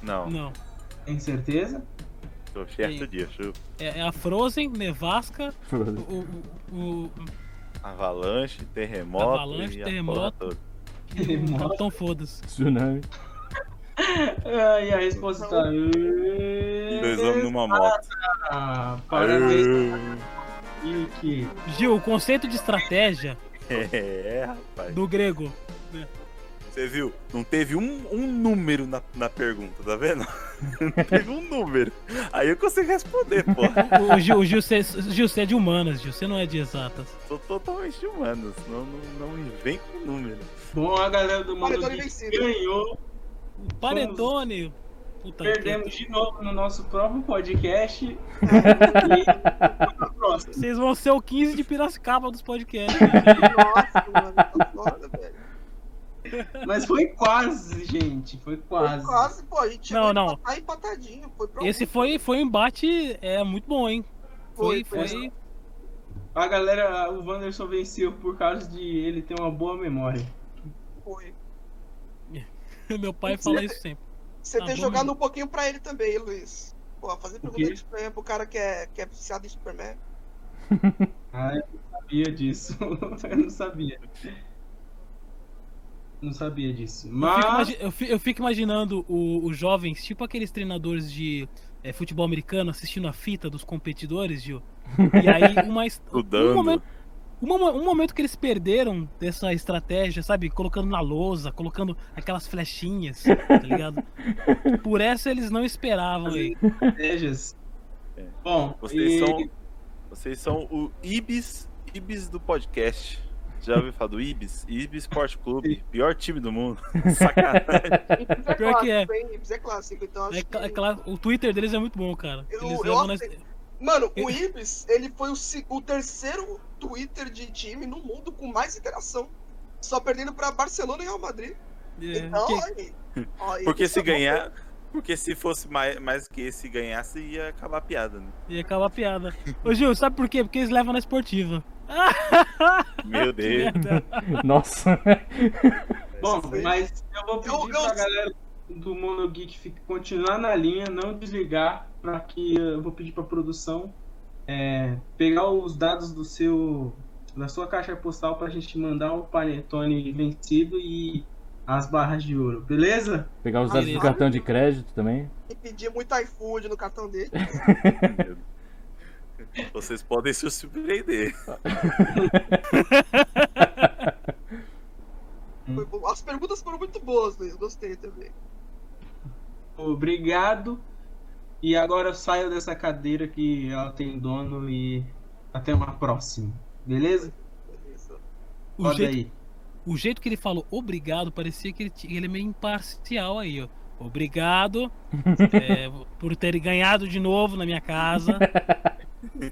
[SPEAKER 2] Não,
[SPEAKER 3] Não,
[SPEAKER 5] Tem certeza?
[SPEAKER 2] tô certo
[SPEAKER 3] Sim.
[SPEAKER 2] disso.
[SPEAKER 3] é, é a Frozen, Nevasca, o,
[SPEAKER 4] Frozen.
[SPEAKER 3] o- o- o-
[SPEAKER 2] Avalanche, terremoto.
[SPEAKER 3] Avalanche,
[SPEAKER 2] e a
[SPEAKER 3] terremoto.
[SPEAKER 2] porra toda.
[SPEAKER 3] o Capitão Foda-se.
[SPEAKER 4] Tsunami.
[SPEAKER 5] Ah, e a resposta tá.
[SPEAKER 2] Dois homens numa moto.
[SPEAKER 5] Ah, Parabéns, Nick.
[SPEAKER 3] Gil, o conceito de estratégia
[SPEAKER 2] É, rapaz.
[SPEAKER 3] do grego.
[SPEAKER 2] Você viu? Não teve um, um número na, na pergunta, tá vendo? Não teve um número. Aí eu consigo responder, pô.
[SPEAKER 3] O, o Gil, o Gil, você, Gil, você é de humanas, Gil, você não é de exatas.
[SPEAKER 2] Sou totalmente humano, senão não, não vem com número.
[SPEAKER 5] Bom, a galera do Mano
[SPEAKER 1] Olha, tô
[SPEAKER 5] Geek
[SPEAKER 1] invencível.
[SPEAKER 5] ganhou.
[SPEAKER 3] O Paredone. Puta que.
[SPEAKER 5] Perdemos de novo no nosso próprio podcast. e no próximo.
[SPEAKER 3] Vocês vão ser o 15 de Piracicaba dos podcasts.
[SPEAKER 1] Nossa, mano, tá foda, velho.
[SPEAKER 5] Mas foi quase, gente. Foi quase.
[SPEAKER 1] Quase, pô, a gente
[SPEAKER 3] Não,
[SPEAKER 1] chegou a
[SPEAKER 3] não.
[SPEAKER 1] empatar empatadinho. Foi pra
[SPEAKER 3] Esse foi, foi um embate é, muito bom, hein? Foi, foi.
[SPEAKER 5] A galera, o Wanderson venceu por causa de ele ter uma boa memória.
[SPEAKER 1] foi.
[SPEAKER 3] Meu pai fala isso sempre.
[SPEAKER 1] Você
[SPEAKER 3] Tá
[SPEAKER 1] ter
[SPEAKER 3] bom,
[SPEAKER 1] jogado
[SPEAKER 3] né?
[SPEAKER 1] um pouquinho pra ele também, Luiz. Pô, fazer pergunta
[SPEAKER 5] quê?
[SPEAKER 1] de Superman pro cara que é, que é viciado em Superman.
[SPEAKER 5] Ah, eu não sabia disso. eu não sabia. Não sabia disso.
[SPEAKER 3] Eu fico
[SPEAKER 5] Mas.
[SPEAKER 3] imagi- Eu fi- eu fico imaginando o- os jovens, tipo aqueles treinadores de é, futebol americano, assistindo a fita dos competidores, Gil. E aí, uma, es- um,
[SPEAKER 2] Estudando.
[SPEAKER 3] momento, uma mo- um momento que eles perderam dessa estratégia, sabe? Colocando na lousa, colocando aquelas flechinhas, tá ligado? Por essa eles não esperavam. aí.
[SPEAKER 5] estratégias.
[SPEAKER 2] É.
[SPEAKER 5] Bom,
[SPEAKER 2] Vocês
[SPEAKER 5] e-
[SPEAKER 2] são. Vocês são o Ibis. Ibis do podcast. Já ouviu falar do Ibis? Ibis Sport Clube. Pior time do mundo. Sacanagem.
[SPEAKER 1] Ips é
[SPEAKER 3] Pior que é.
[SPEAKER 1] clássico, hein? Ips é clássico, então acho
[SPEAKER 3] É cla- é
[SPEAKER 1] que-
[SPEAKER 3] claro, o Twitter deles é muito bom, cara.
[SPEAKER 1] Eu-
[SPEAKER 3] Eles
[SPEAKER 1] eu
[SPEAKER 3] levam nas-
[SPEAKER 1] aceito. Mano, o Ibis, ele foi o, se- o terceiro Twitter de time no mundo com mais interação. Só perdendo pra Barcelona e Real Madrid.
[SPEAKER 3] é,
[SPEAKER 1] então,
[SPEAKER 3] que-
[SPEAKER 1] olha aí. Ó,
[SPEAKER 2] Porque
[SPEAKER 1] isso
[SPEAKER 2] se
[SPEAKER 1] é bom.
[SPEAKER 2] ganhar. Porque se fosse mais, mais que esse ganhasse, ia acabar a piada, né?
[SPEAKER 3] E acaba a piada. Ô Gil, sabe por quê? Porque eles levam na esportiva.
[SPEAKER 2] Meu Deus.
[SPEAKER 4] Nossa.
[SPEAKER 5] Bom,
[SPEAKER 1] Essa foi-
[SPEAKER 5] mas eu vou pedir
[SPEAKER 1] Eu- eu-
[SPEAKER 5] pra galera do Mono Geek fi- continuar na linha, não desligar, para que eu vou pedir pra produção é, pegar os dados do seu da sua caixa postal pra gente mandar o panetone vencido e as barras de ouro, beleza?
[SPEAKER 4] Pegar os dados do
[SPEAKER 3] Beleza.
[SPEAKER 4] cartão de crédito também.
[SPEAKER 1] E pedir muito iFood no cartão dele.
[SPEAKER 2] Vocês podem se surpreender.
[SPEAKER 1] Foi bom. As perguntas foram muito boas, Luiz. Gostei também.
[SPEAKER 5] Obrigado. E agora eu saio dessa cadeira que ela tem dono e até uma próxima. Beleza?
[SPEAKER 1] Beleza.
[SPEAKER 3] O
[SPEAKER 5] Roda
[SPEAKER 3] jeito,
[SPEAKER 5] aí.
[SPEAKER 3] o jeito que ele falou obrigado parecia que ele, ti- ele é meio imparcial aí, ó. Obrigado é, por ter ganhado de novo na minha casa. Hum.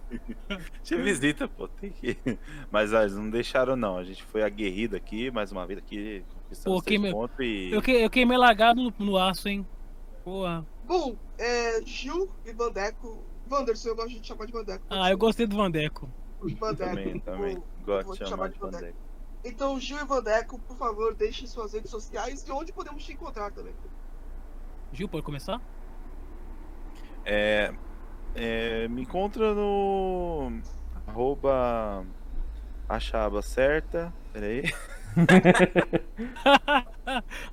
[SPEAKER 2] Tinha visita, pô, tem que. Mas ah, eles não deixaram, não. A gente foi aguerrido aqui, mais uma vez aqui.
[SPEAKER 3] Pô,
[SPEAKER 2] Conquistamos
[SPEAKER 3] que
[SPEAKER 2] seis
[SPEAKER 3] meu-
[SPEAKER 2] pontos e.
[SPEAKER 3] Eu, que, eu queimei lagado no, no aço, hein? Porra.
[SPEAKER 1] Bom, é, Gil e Vandeco. Wanderson, eu gosto de te chamar de Vandeco.
[SPEAKER 3] Ah, eu gostei do Vandeco.
[SPEAKER 1] Vandeco.
[SPEAKER 2] Também, também.
[SPEAKER 1] É, tipo, vou
[SPEAKER 2] Gosto
[SPEAKER 1] te chamar
[SPEAKER 2] de chamar de
[SPEAKER 1] de Vandeco.
[SPEAKER 2] Vandeco.
[SPEAKER 1] Então, Gil e Vandeco, por favor, deixem suas redes sociais e onde podemos te encontrar também.
[SPEAKER 3] Gil, pode começar?
[SPEAKER 2] É, é, me encontra no arroba acha a aba certa. Peraí.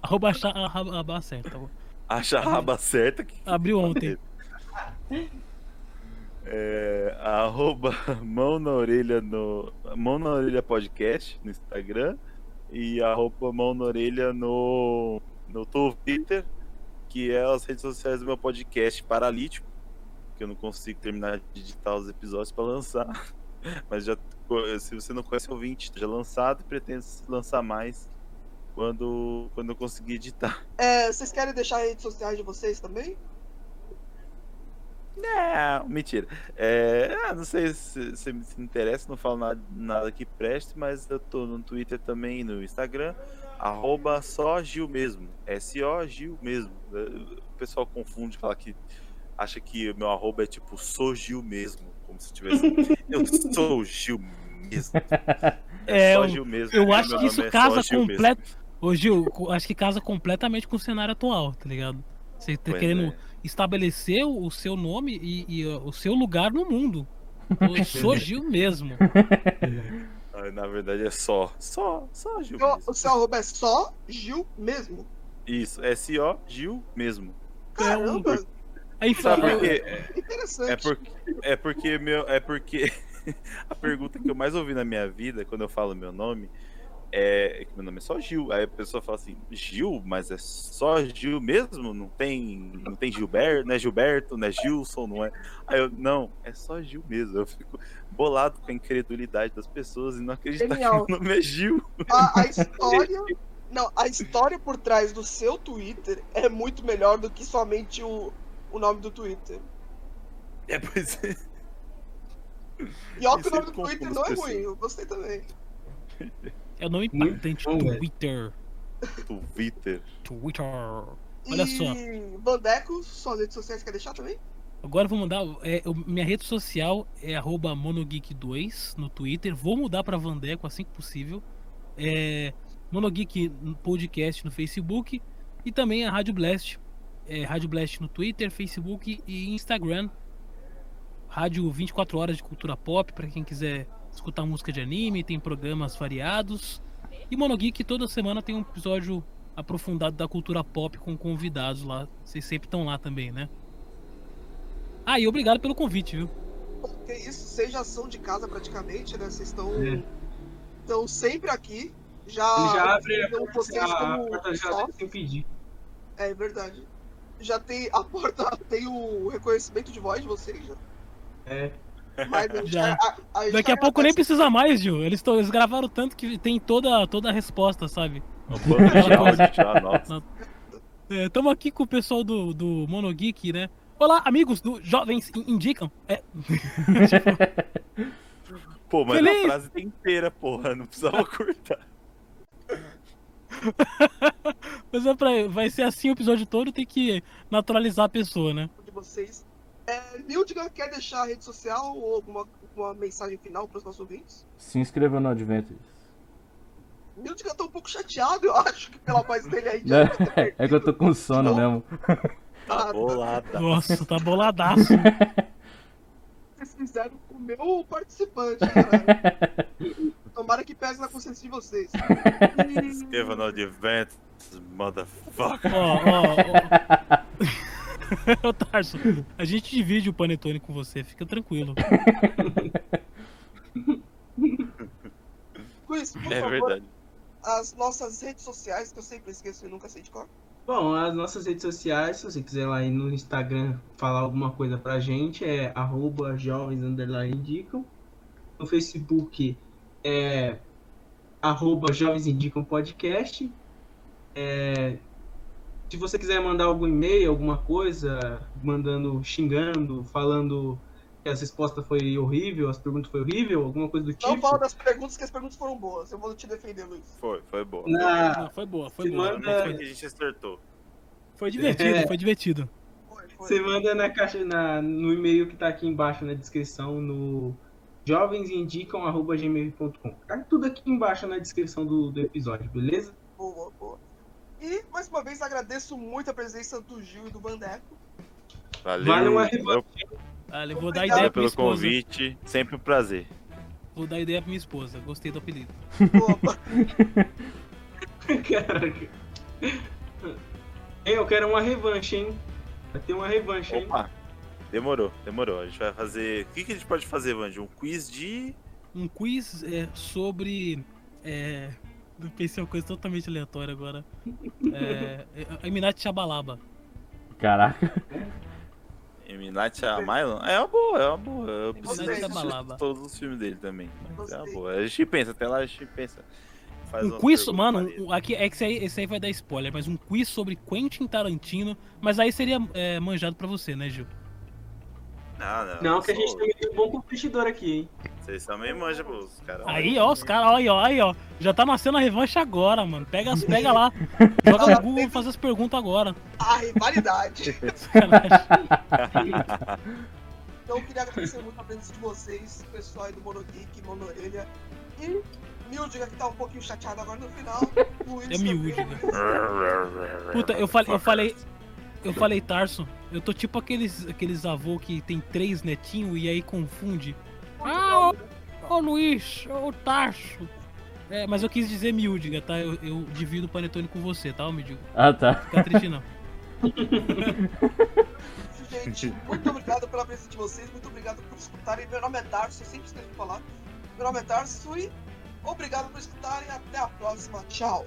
[SPEAKER 3] Arroba cha- arroba- arroba certo. tá bom.
[SPEAKER 2] Acha a aba certa. Que...
[SPEAKER 3] Abriu ontem.
[SPEAKER 2] É, arroba mão na orelha no mão na orelha podcast no Instagram e arroba mão na orelha no no Twitter, que é as redes sociais do meu podcast Paralítico, que eu não consigo terminar de digitar os episódios para lançar. Mas já se você não conhece o 20, já lançado e pretendo lançar mais quando quando eu conseguir editar.
[SPEAKER 1] É, vocês querem deixar as redes sociais de vocês também?
[SPEAKER 2] É, mentira. É, ah, não sei se, se me se interessa, não falo nada, nada que preste, mas eu tô no Twitter também e no Instagram, arroba só Gil mesmo. S-O Gil mesmo. Eh, O pessoal confunde, fala que acha que o meu arroba é tipo sou Gil mesmo. Como se tivesse. eu sou Gil mesmo.
[SPEAKER 3] É, eu-
[SPEAKER 2] Gil mesmo.
[SPEAKER 3] eu
[SPEAKER 2] Meu
[SPEAKER 3] acho que
[SPEAKER 2] nome
[SPEAKER 3] isso
[SPEAKER 2] é só
[SPEAKER 3] casa
[SPEAKER 2] Gil mesmo.
[SPEAKER 3] complet- Ô Gil, co- acho que casa completamente com o cenário atual, tá ligado? Você tá
[SPEAKER 2] Pois
[SPEAKER 3] querendo
[SPEAKER 2] é.
[SPEAKER 3] estabelecer o o seu nome e, e, ó, o seu lugar no mundo. Eu sou Gil mesmo.
[SPEAKER 2] Ah, Na verdade é só. Só, só Gil
[SPEAKER 1] Então,
[SPEAKER 2] mesmo.
[SPEAKER 1] o seu arroba é só Gil mesmo.
[SPEAKER 2] Isso, S-O Gil mesmo. É
[SPEAKER 1] Caramba,
[SPEAKER 3] Aí
[SPEAKER 2] Sabe
[SPEAKER 3] fala-
[SPEAKER 2] por quê?
[SPEAKER 1] interessante.
[SPEAKER 2] É porque, é porque meu, é porque a pergunta que eu mais ouvi na minha vida quando eu falo meu nome é que meu nome é só Gil. Aí a pessoa fala assim, Gil, mas é só Gil mesmo? Não tem, não tem Gilberto, não é Gilberto, não é Gilson, não é. Aí eu, não, é só Gil mesmo. Eu fico bolado com a incredulidade das pessoas e não acreditar
[SPEAKER 1] Genial.
[SPEAKER 2] que meu nome é Gil.
[SPEAKER 1] A, a história. Não, a história por trás do seu Twitter é muito melhor do que somente o, o nome do Twitter.
[SPEAKER 2] É, pois é.
[SPEAKER 1] E ó que o
[SPEAKER 2] Isso
[SPEAKER 1] nome do
[SPEAKER 2] confunde
[SPEAKER 1] Twitter não é
[SPEAKER 2] as pessoas.
[SPEAKER 1] ruim, eu gostei também.
[SPEAKER 3] É o nome
[SPEAKER 5] Muito
[SPEAKER 3] patente
[SPEAKER 5] bom, velho.
[SPEAKER 3] Twitter.
[SPEAKER 2] Twitter.
[SPEAKER 3] Twitter.
[SPEAKER 1] E
[SPEAKER 3] Olha só.
[SPEAKER 1] Vandeco, suas redes sociais quer deixar também?
[SPEAKER 3] Agora eu vou mudar. é, eu- minha rede social é arroba monogeek2 no Twitter. Vou mudar pra Vandeco assim que possível. É, Monogeek Podcast no Facebook. E também a Rádio Blast. É, Rádio Blast no Twitter, Facebook e Instagram. Rádio 24 horas de cultura pop, pra quem quiser escutar música de anime, tem programas variados. E Monogeek toda semana tem um episódio aprofundado da cultura pop com convidados lá. Vocês sempre estão lá também, né? Ah, e obrigado pelo convite, viu?
[SPEAKER 1] Que isso, vocês já são de casa praticamente, né? Vocês estão estão sempre aqui. Já,
[SPEAKER 5] Já abre a
[SPEAKER 1] então,
[SPEAKER 5] porta,
[SPEAKER 1] vocês
[SPEAKER 5] Ah, a,
[SPEAKER 1] como
[SPEAKER 5] porta já
[SPEAKER 1] sócios.
[SPEAKER 5] sem pedir.
[SPEAKER 1] É verdade. Já tem a porta, tem o reconhecimento de voz de vocês já.
[SPEAKER 5] É.
[SPEAKER 1] Mas a gente-
[SPEAKER 3] Já.
[SPEAKER 1] a- tá a gente
[SPEAKER 3] Daqui a pouco nem
[SPEAKER 1] agradece.
[SPEAKER 3] precisa mais, Gil. Eles, tão- eles gravaram tanto que tem toda, toda a resposta, sabe?
[SPEAKER 2] Não pode deixar, já, nossa.
[SPEAKER 3] Estamos é, aqui com o pessoal do, do Monogeek, né? Olá, amigos do Jovens In- Indicam. É,
[SPEAKER 2] Pô, mas
[SPEAKER 3] Feliz.
[SPEAKER 2] a frase tem inteira, porra. Não precisava cortar.
[SPEAKER 3] mas é pra, vai ser assim o episódio todo, tem que naturalizar a pessoa, né?
[SPEAKER 1] de vocês. É, Mildigan quer deixar a rede social ou alguma, alguma mensagem final para os nossos ouvintes?
[SPEAKER 4] Se inscreva no Adventures.
[SPEAKER 1] Mildigan tá um pouco chateado, eu acho, que pela voz dele aí. de-
[SPEAKER 4] É que eu tô com sono mesmo.
[SPEAKER 2] Tá
[SPEAKER 1] Ah,
[SPEAKER 2] bolada.
[SPEAKER 3] Nossa, tá boladaço.
[SPEAKER 1] Vocês fizeram com o meu participante, cara. Tomara que pese na consciência de vocês.
[SPEAKER 2] Escreva no advento, motherfucker.
[SPEAKER 3] Ó, ó, ó. Ô, Tarso, a gente divide o panetone com você, fica tranquilo.
[SPEAKER 1] Chris, por
[SPEAKER 2] É
[SPEAKER 1] favor,
[SPEAKER 2] verdade.
[SPEAKER 1] as nossas redes sociais, que eu sempre esqueço e nunca sei de cor.
[SPEAKER 5] Bom, as nossas redes sociais, se você quiser lá ir no Instagram falar alguma coisa pra gente, é arroba jovens underline indicam. No Facebook é arroba jovens indicam podcast. É, se você quiser mandar algum e-mail, alguma coisa, mandando, xingando, falando que as respostas foi horrível, as perguntas foi horrível, alguma coisa do
[SPEAKER 1] Não
[SPEAKER 5] tipo.
[SPEAKER 1] fala das perguntas, que as perguntas foram boas. Eu vou te defender, Luiz.
[SPEAKER 2] Foi, foi boa.
[SPEAKER 5] Na,
[SPEAKER 3] Não, foi boa, foi
[SPEAKER 5] Ah, Se
[SPEAKER 3] boa.
[SPEAKER 5] manda- É.
[SPEAKER 2] Não foi que a gente acertou.
[SPEAKER 3] Foi divertido, foi divertido.
[SPEAKER 1] Foi, foi.
[SPEAKER 5] Você manda na caixa, na, no e-mail que tá aqui embaixo na descrição, no jovensindicam.gmail.com. Tá tudo aqui embaixo na descrição do, do episódio, beleza?
[SPEAKER 1] Boa, boa. E, mais uma vez, agradeço muito a presença do Gil e do Vandeco.
[SPEAKER 2] Valeu.
[SPEAKER 5] Vale uma
[SPEAKER 2] Valeu
[SPEAKER 3] Olha, eu vou dar
[SPEAKER 1] Obrigado
[SPEAKER 3] ideia pra minha
[SPEAKER 2] pelo
[SPEAKER 3] esposa.
[SPEAKER 2] convite. Sempre um prazer.
[SPEAKER 3] Vou dar ideia pra minha esposa. Gostei do apelido.
[SPEAKER 1] Boa,
[SPEAKER 5] Caraca. Ei, Eu quero uma revanche, hein? Vai ter uma revanche, hein?
[SPEAKER 2] Opa. Demorou, demorou. A gente vai fazer. O que, que a gente pode fazer, Vandy? Um quiz de.
[SPEAKER 3] Um quiz é, sobre. É... Eu pensei uma coisa totalmente aleatória agora. É, é, Eminati Chabalaba.
[SPEAKER 4] Caraca.
[SPEAKER 2] Eminati Amailon? É uma boa, é uma boa. Eu preciso
[SPEAKER 1] Eminati
[SPEAKER 2] assistir
[SPEAKER 3] Amalaba.
[SPEAKER 2] todos os filmes dele também. Mas é uma
[SPEAKER 1] Gostei.
[SPEAKER 2] boa. A gente pensa, até lá a gente pensa. Faz
[SPEAKER 3] Um
[SPEAKER 2] umas
[SPEAKER 3] quiz,
[SPEAKER 2] perguntas
[SPEAKER 3] mano,
[SPEAKER 2] maneiras.
[SPEAKER 3] um- aqui, é que esse aí, esse aí vai dar spoiler, mas um quiz sobre Quentin Tarantino. Mas aí seria é, manjado pra você, né, Gil?
[SPEAKER 2] Não, não.
[SPEAKER 5] Não, que a gente
[SPEAKER 2] sou-
[SPEAKER 5] também tem um bom competidor aqui, hein?
[SPEAKER 2] Vocês também manjam, pô, os caras.
[SPEAKER 3] Aí, ó, os caras, ó, aí, ó, aí, ó. Já tá nascendo a revanche agora, mano. Pega, as- pega lá. Joga no Google e faz as perguntas agora.
[SPEAKER 1] a rivalidade.
[SPEAKER 3] Sacanagem.
[SPEAKER 1] Então, eu queria agradecer muito a presença de vocês, pessoal aí do Monogeek, Monorelha. E Mildiga, que tá um pouquinho chateado agora no final. Luiz
[SPEAKER 3] É
[SPEAKER 1] também.
[SPEAKER 3] Mildiga.
[SPEAKER 2] Tá,
[SPEAKER 3] Puta, eu falei, eu falei. Eu falei, Tarso, eu tô tipo aqueles, aqueles avô que tem três netinhos e aí confunde. Ah, ô, ô Luiz, ô Tarso. É, mas eu quis dizer miúdiga, tá? Eu, eu divido o panetone com você, tá, ô Midigo?
[SPEAKER 4] Ah, tá.
[SPEAKER 3] Fica triste não.
[SPEAKER 1] Gente, muito obrigado pela presença de vocês, muito obrigado por escutarem. Meu nome é Tarso, eu sempre esqueço de falar. Meu nome é Tarso e obrigado por escutarem. Até a próxima. Tchau.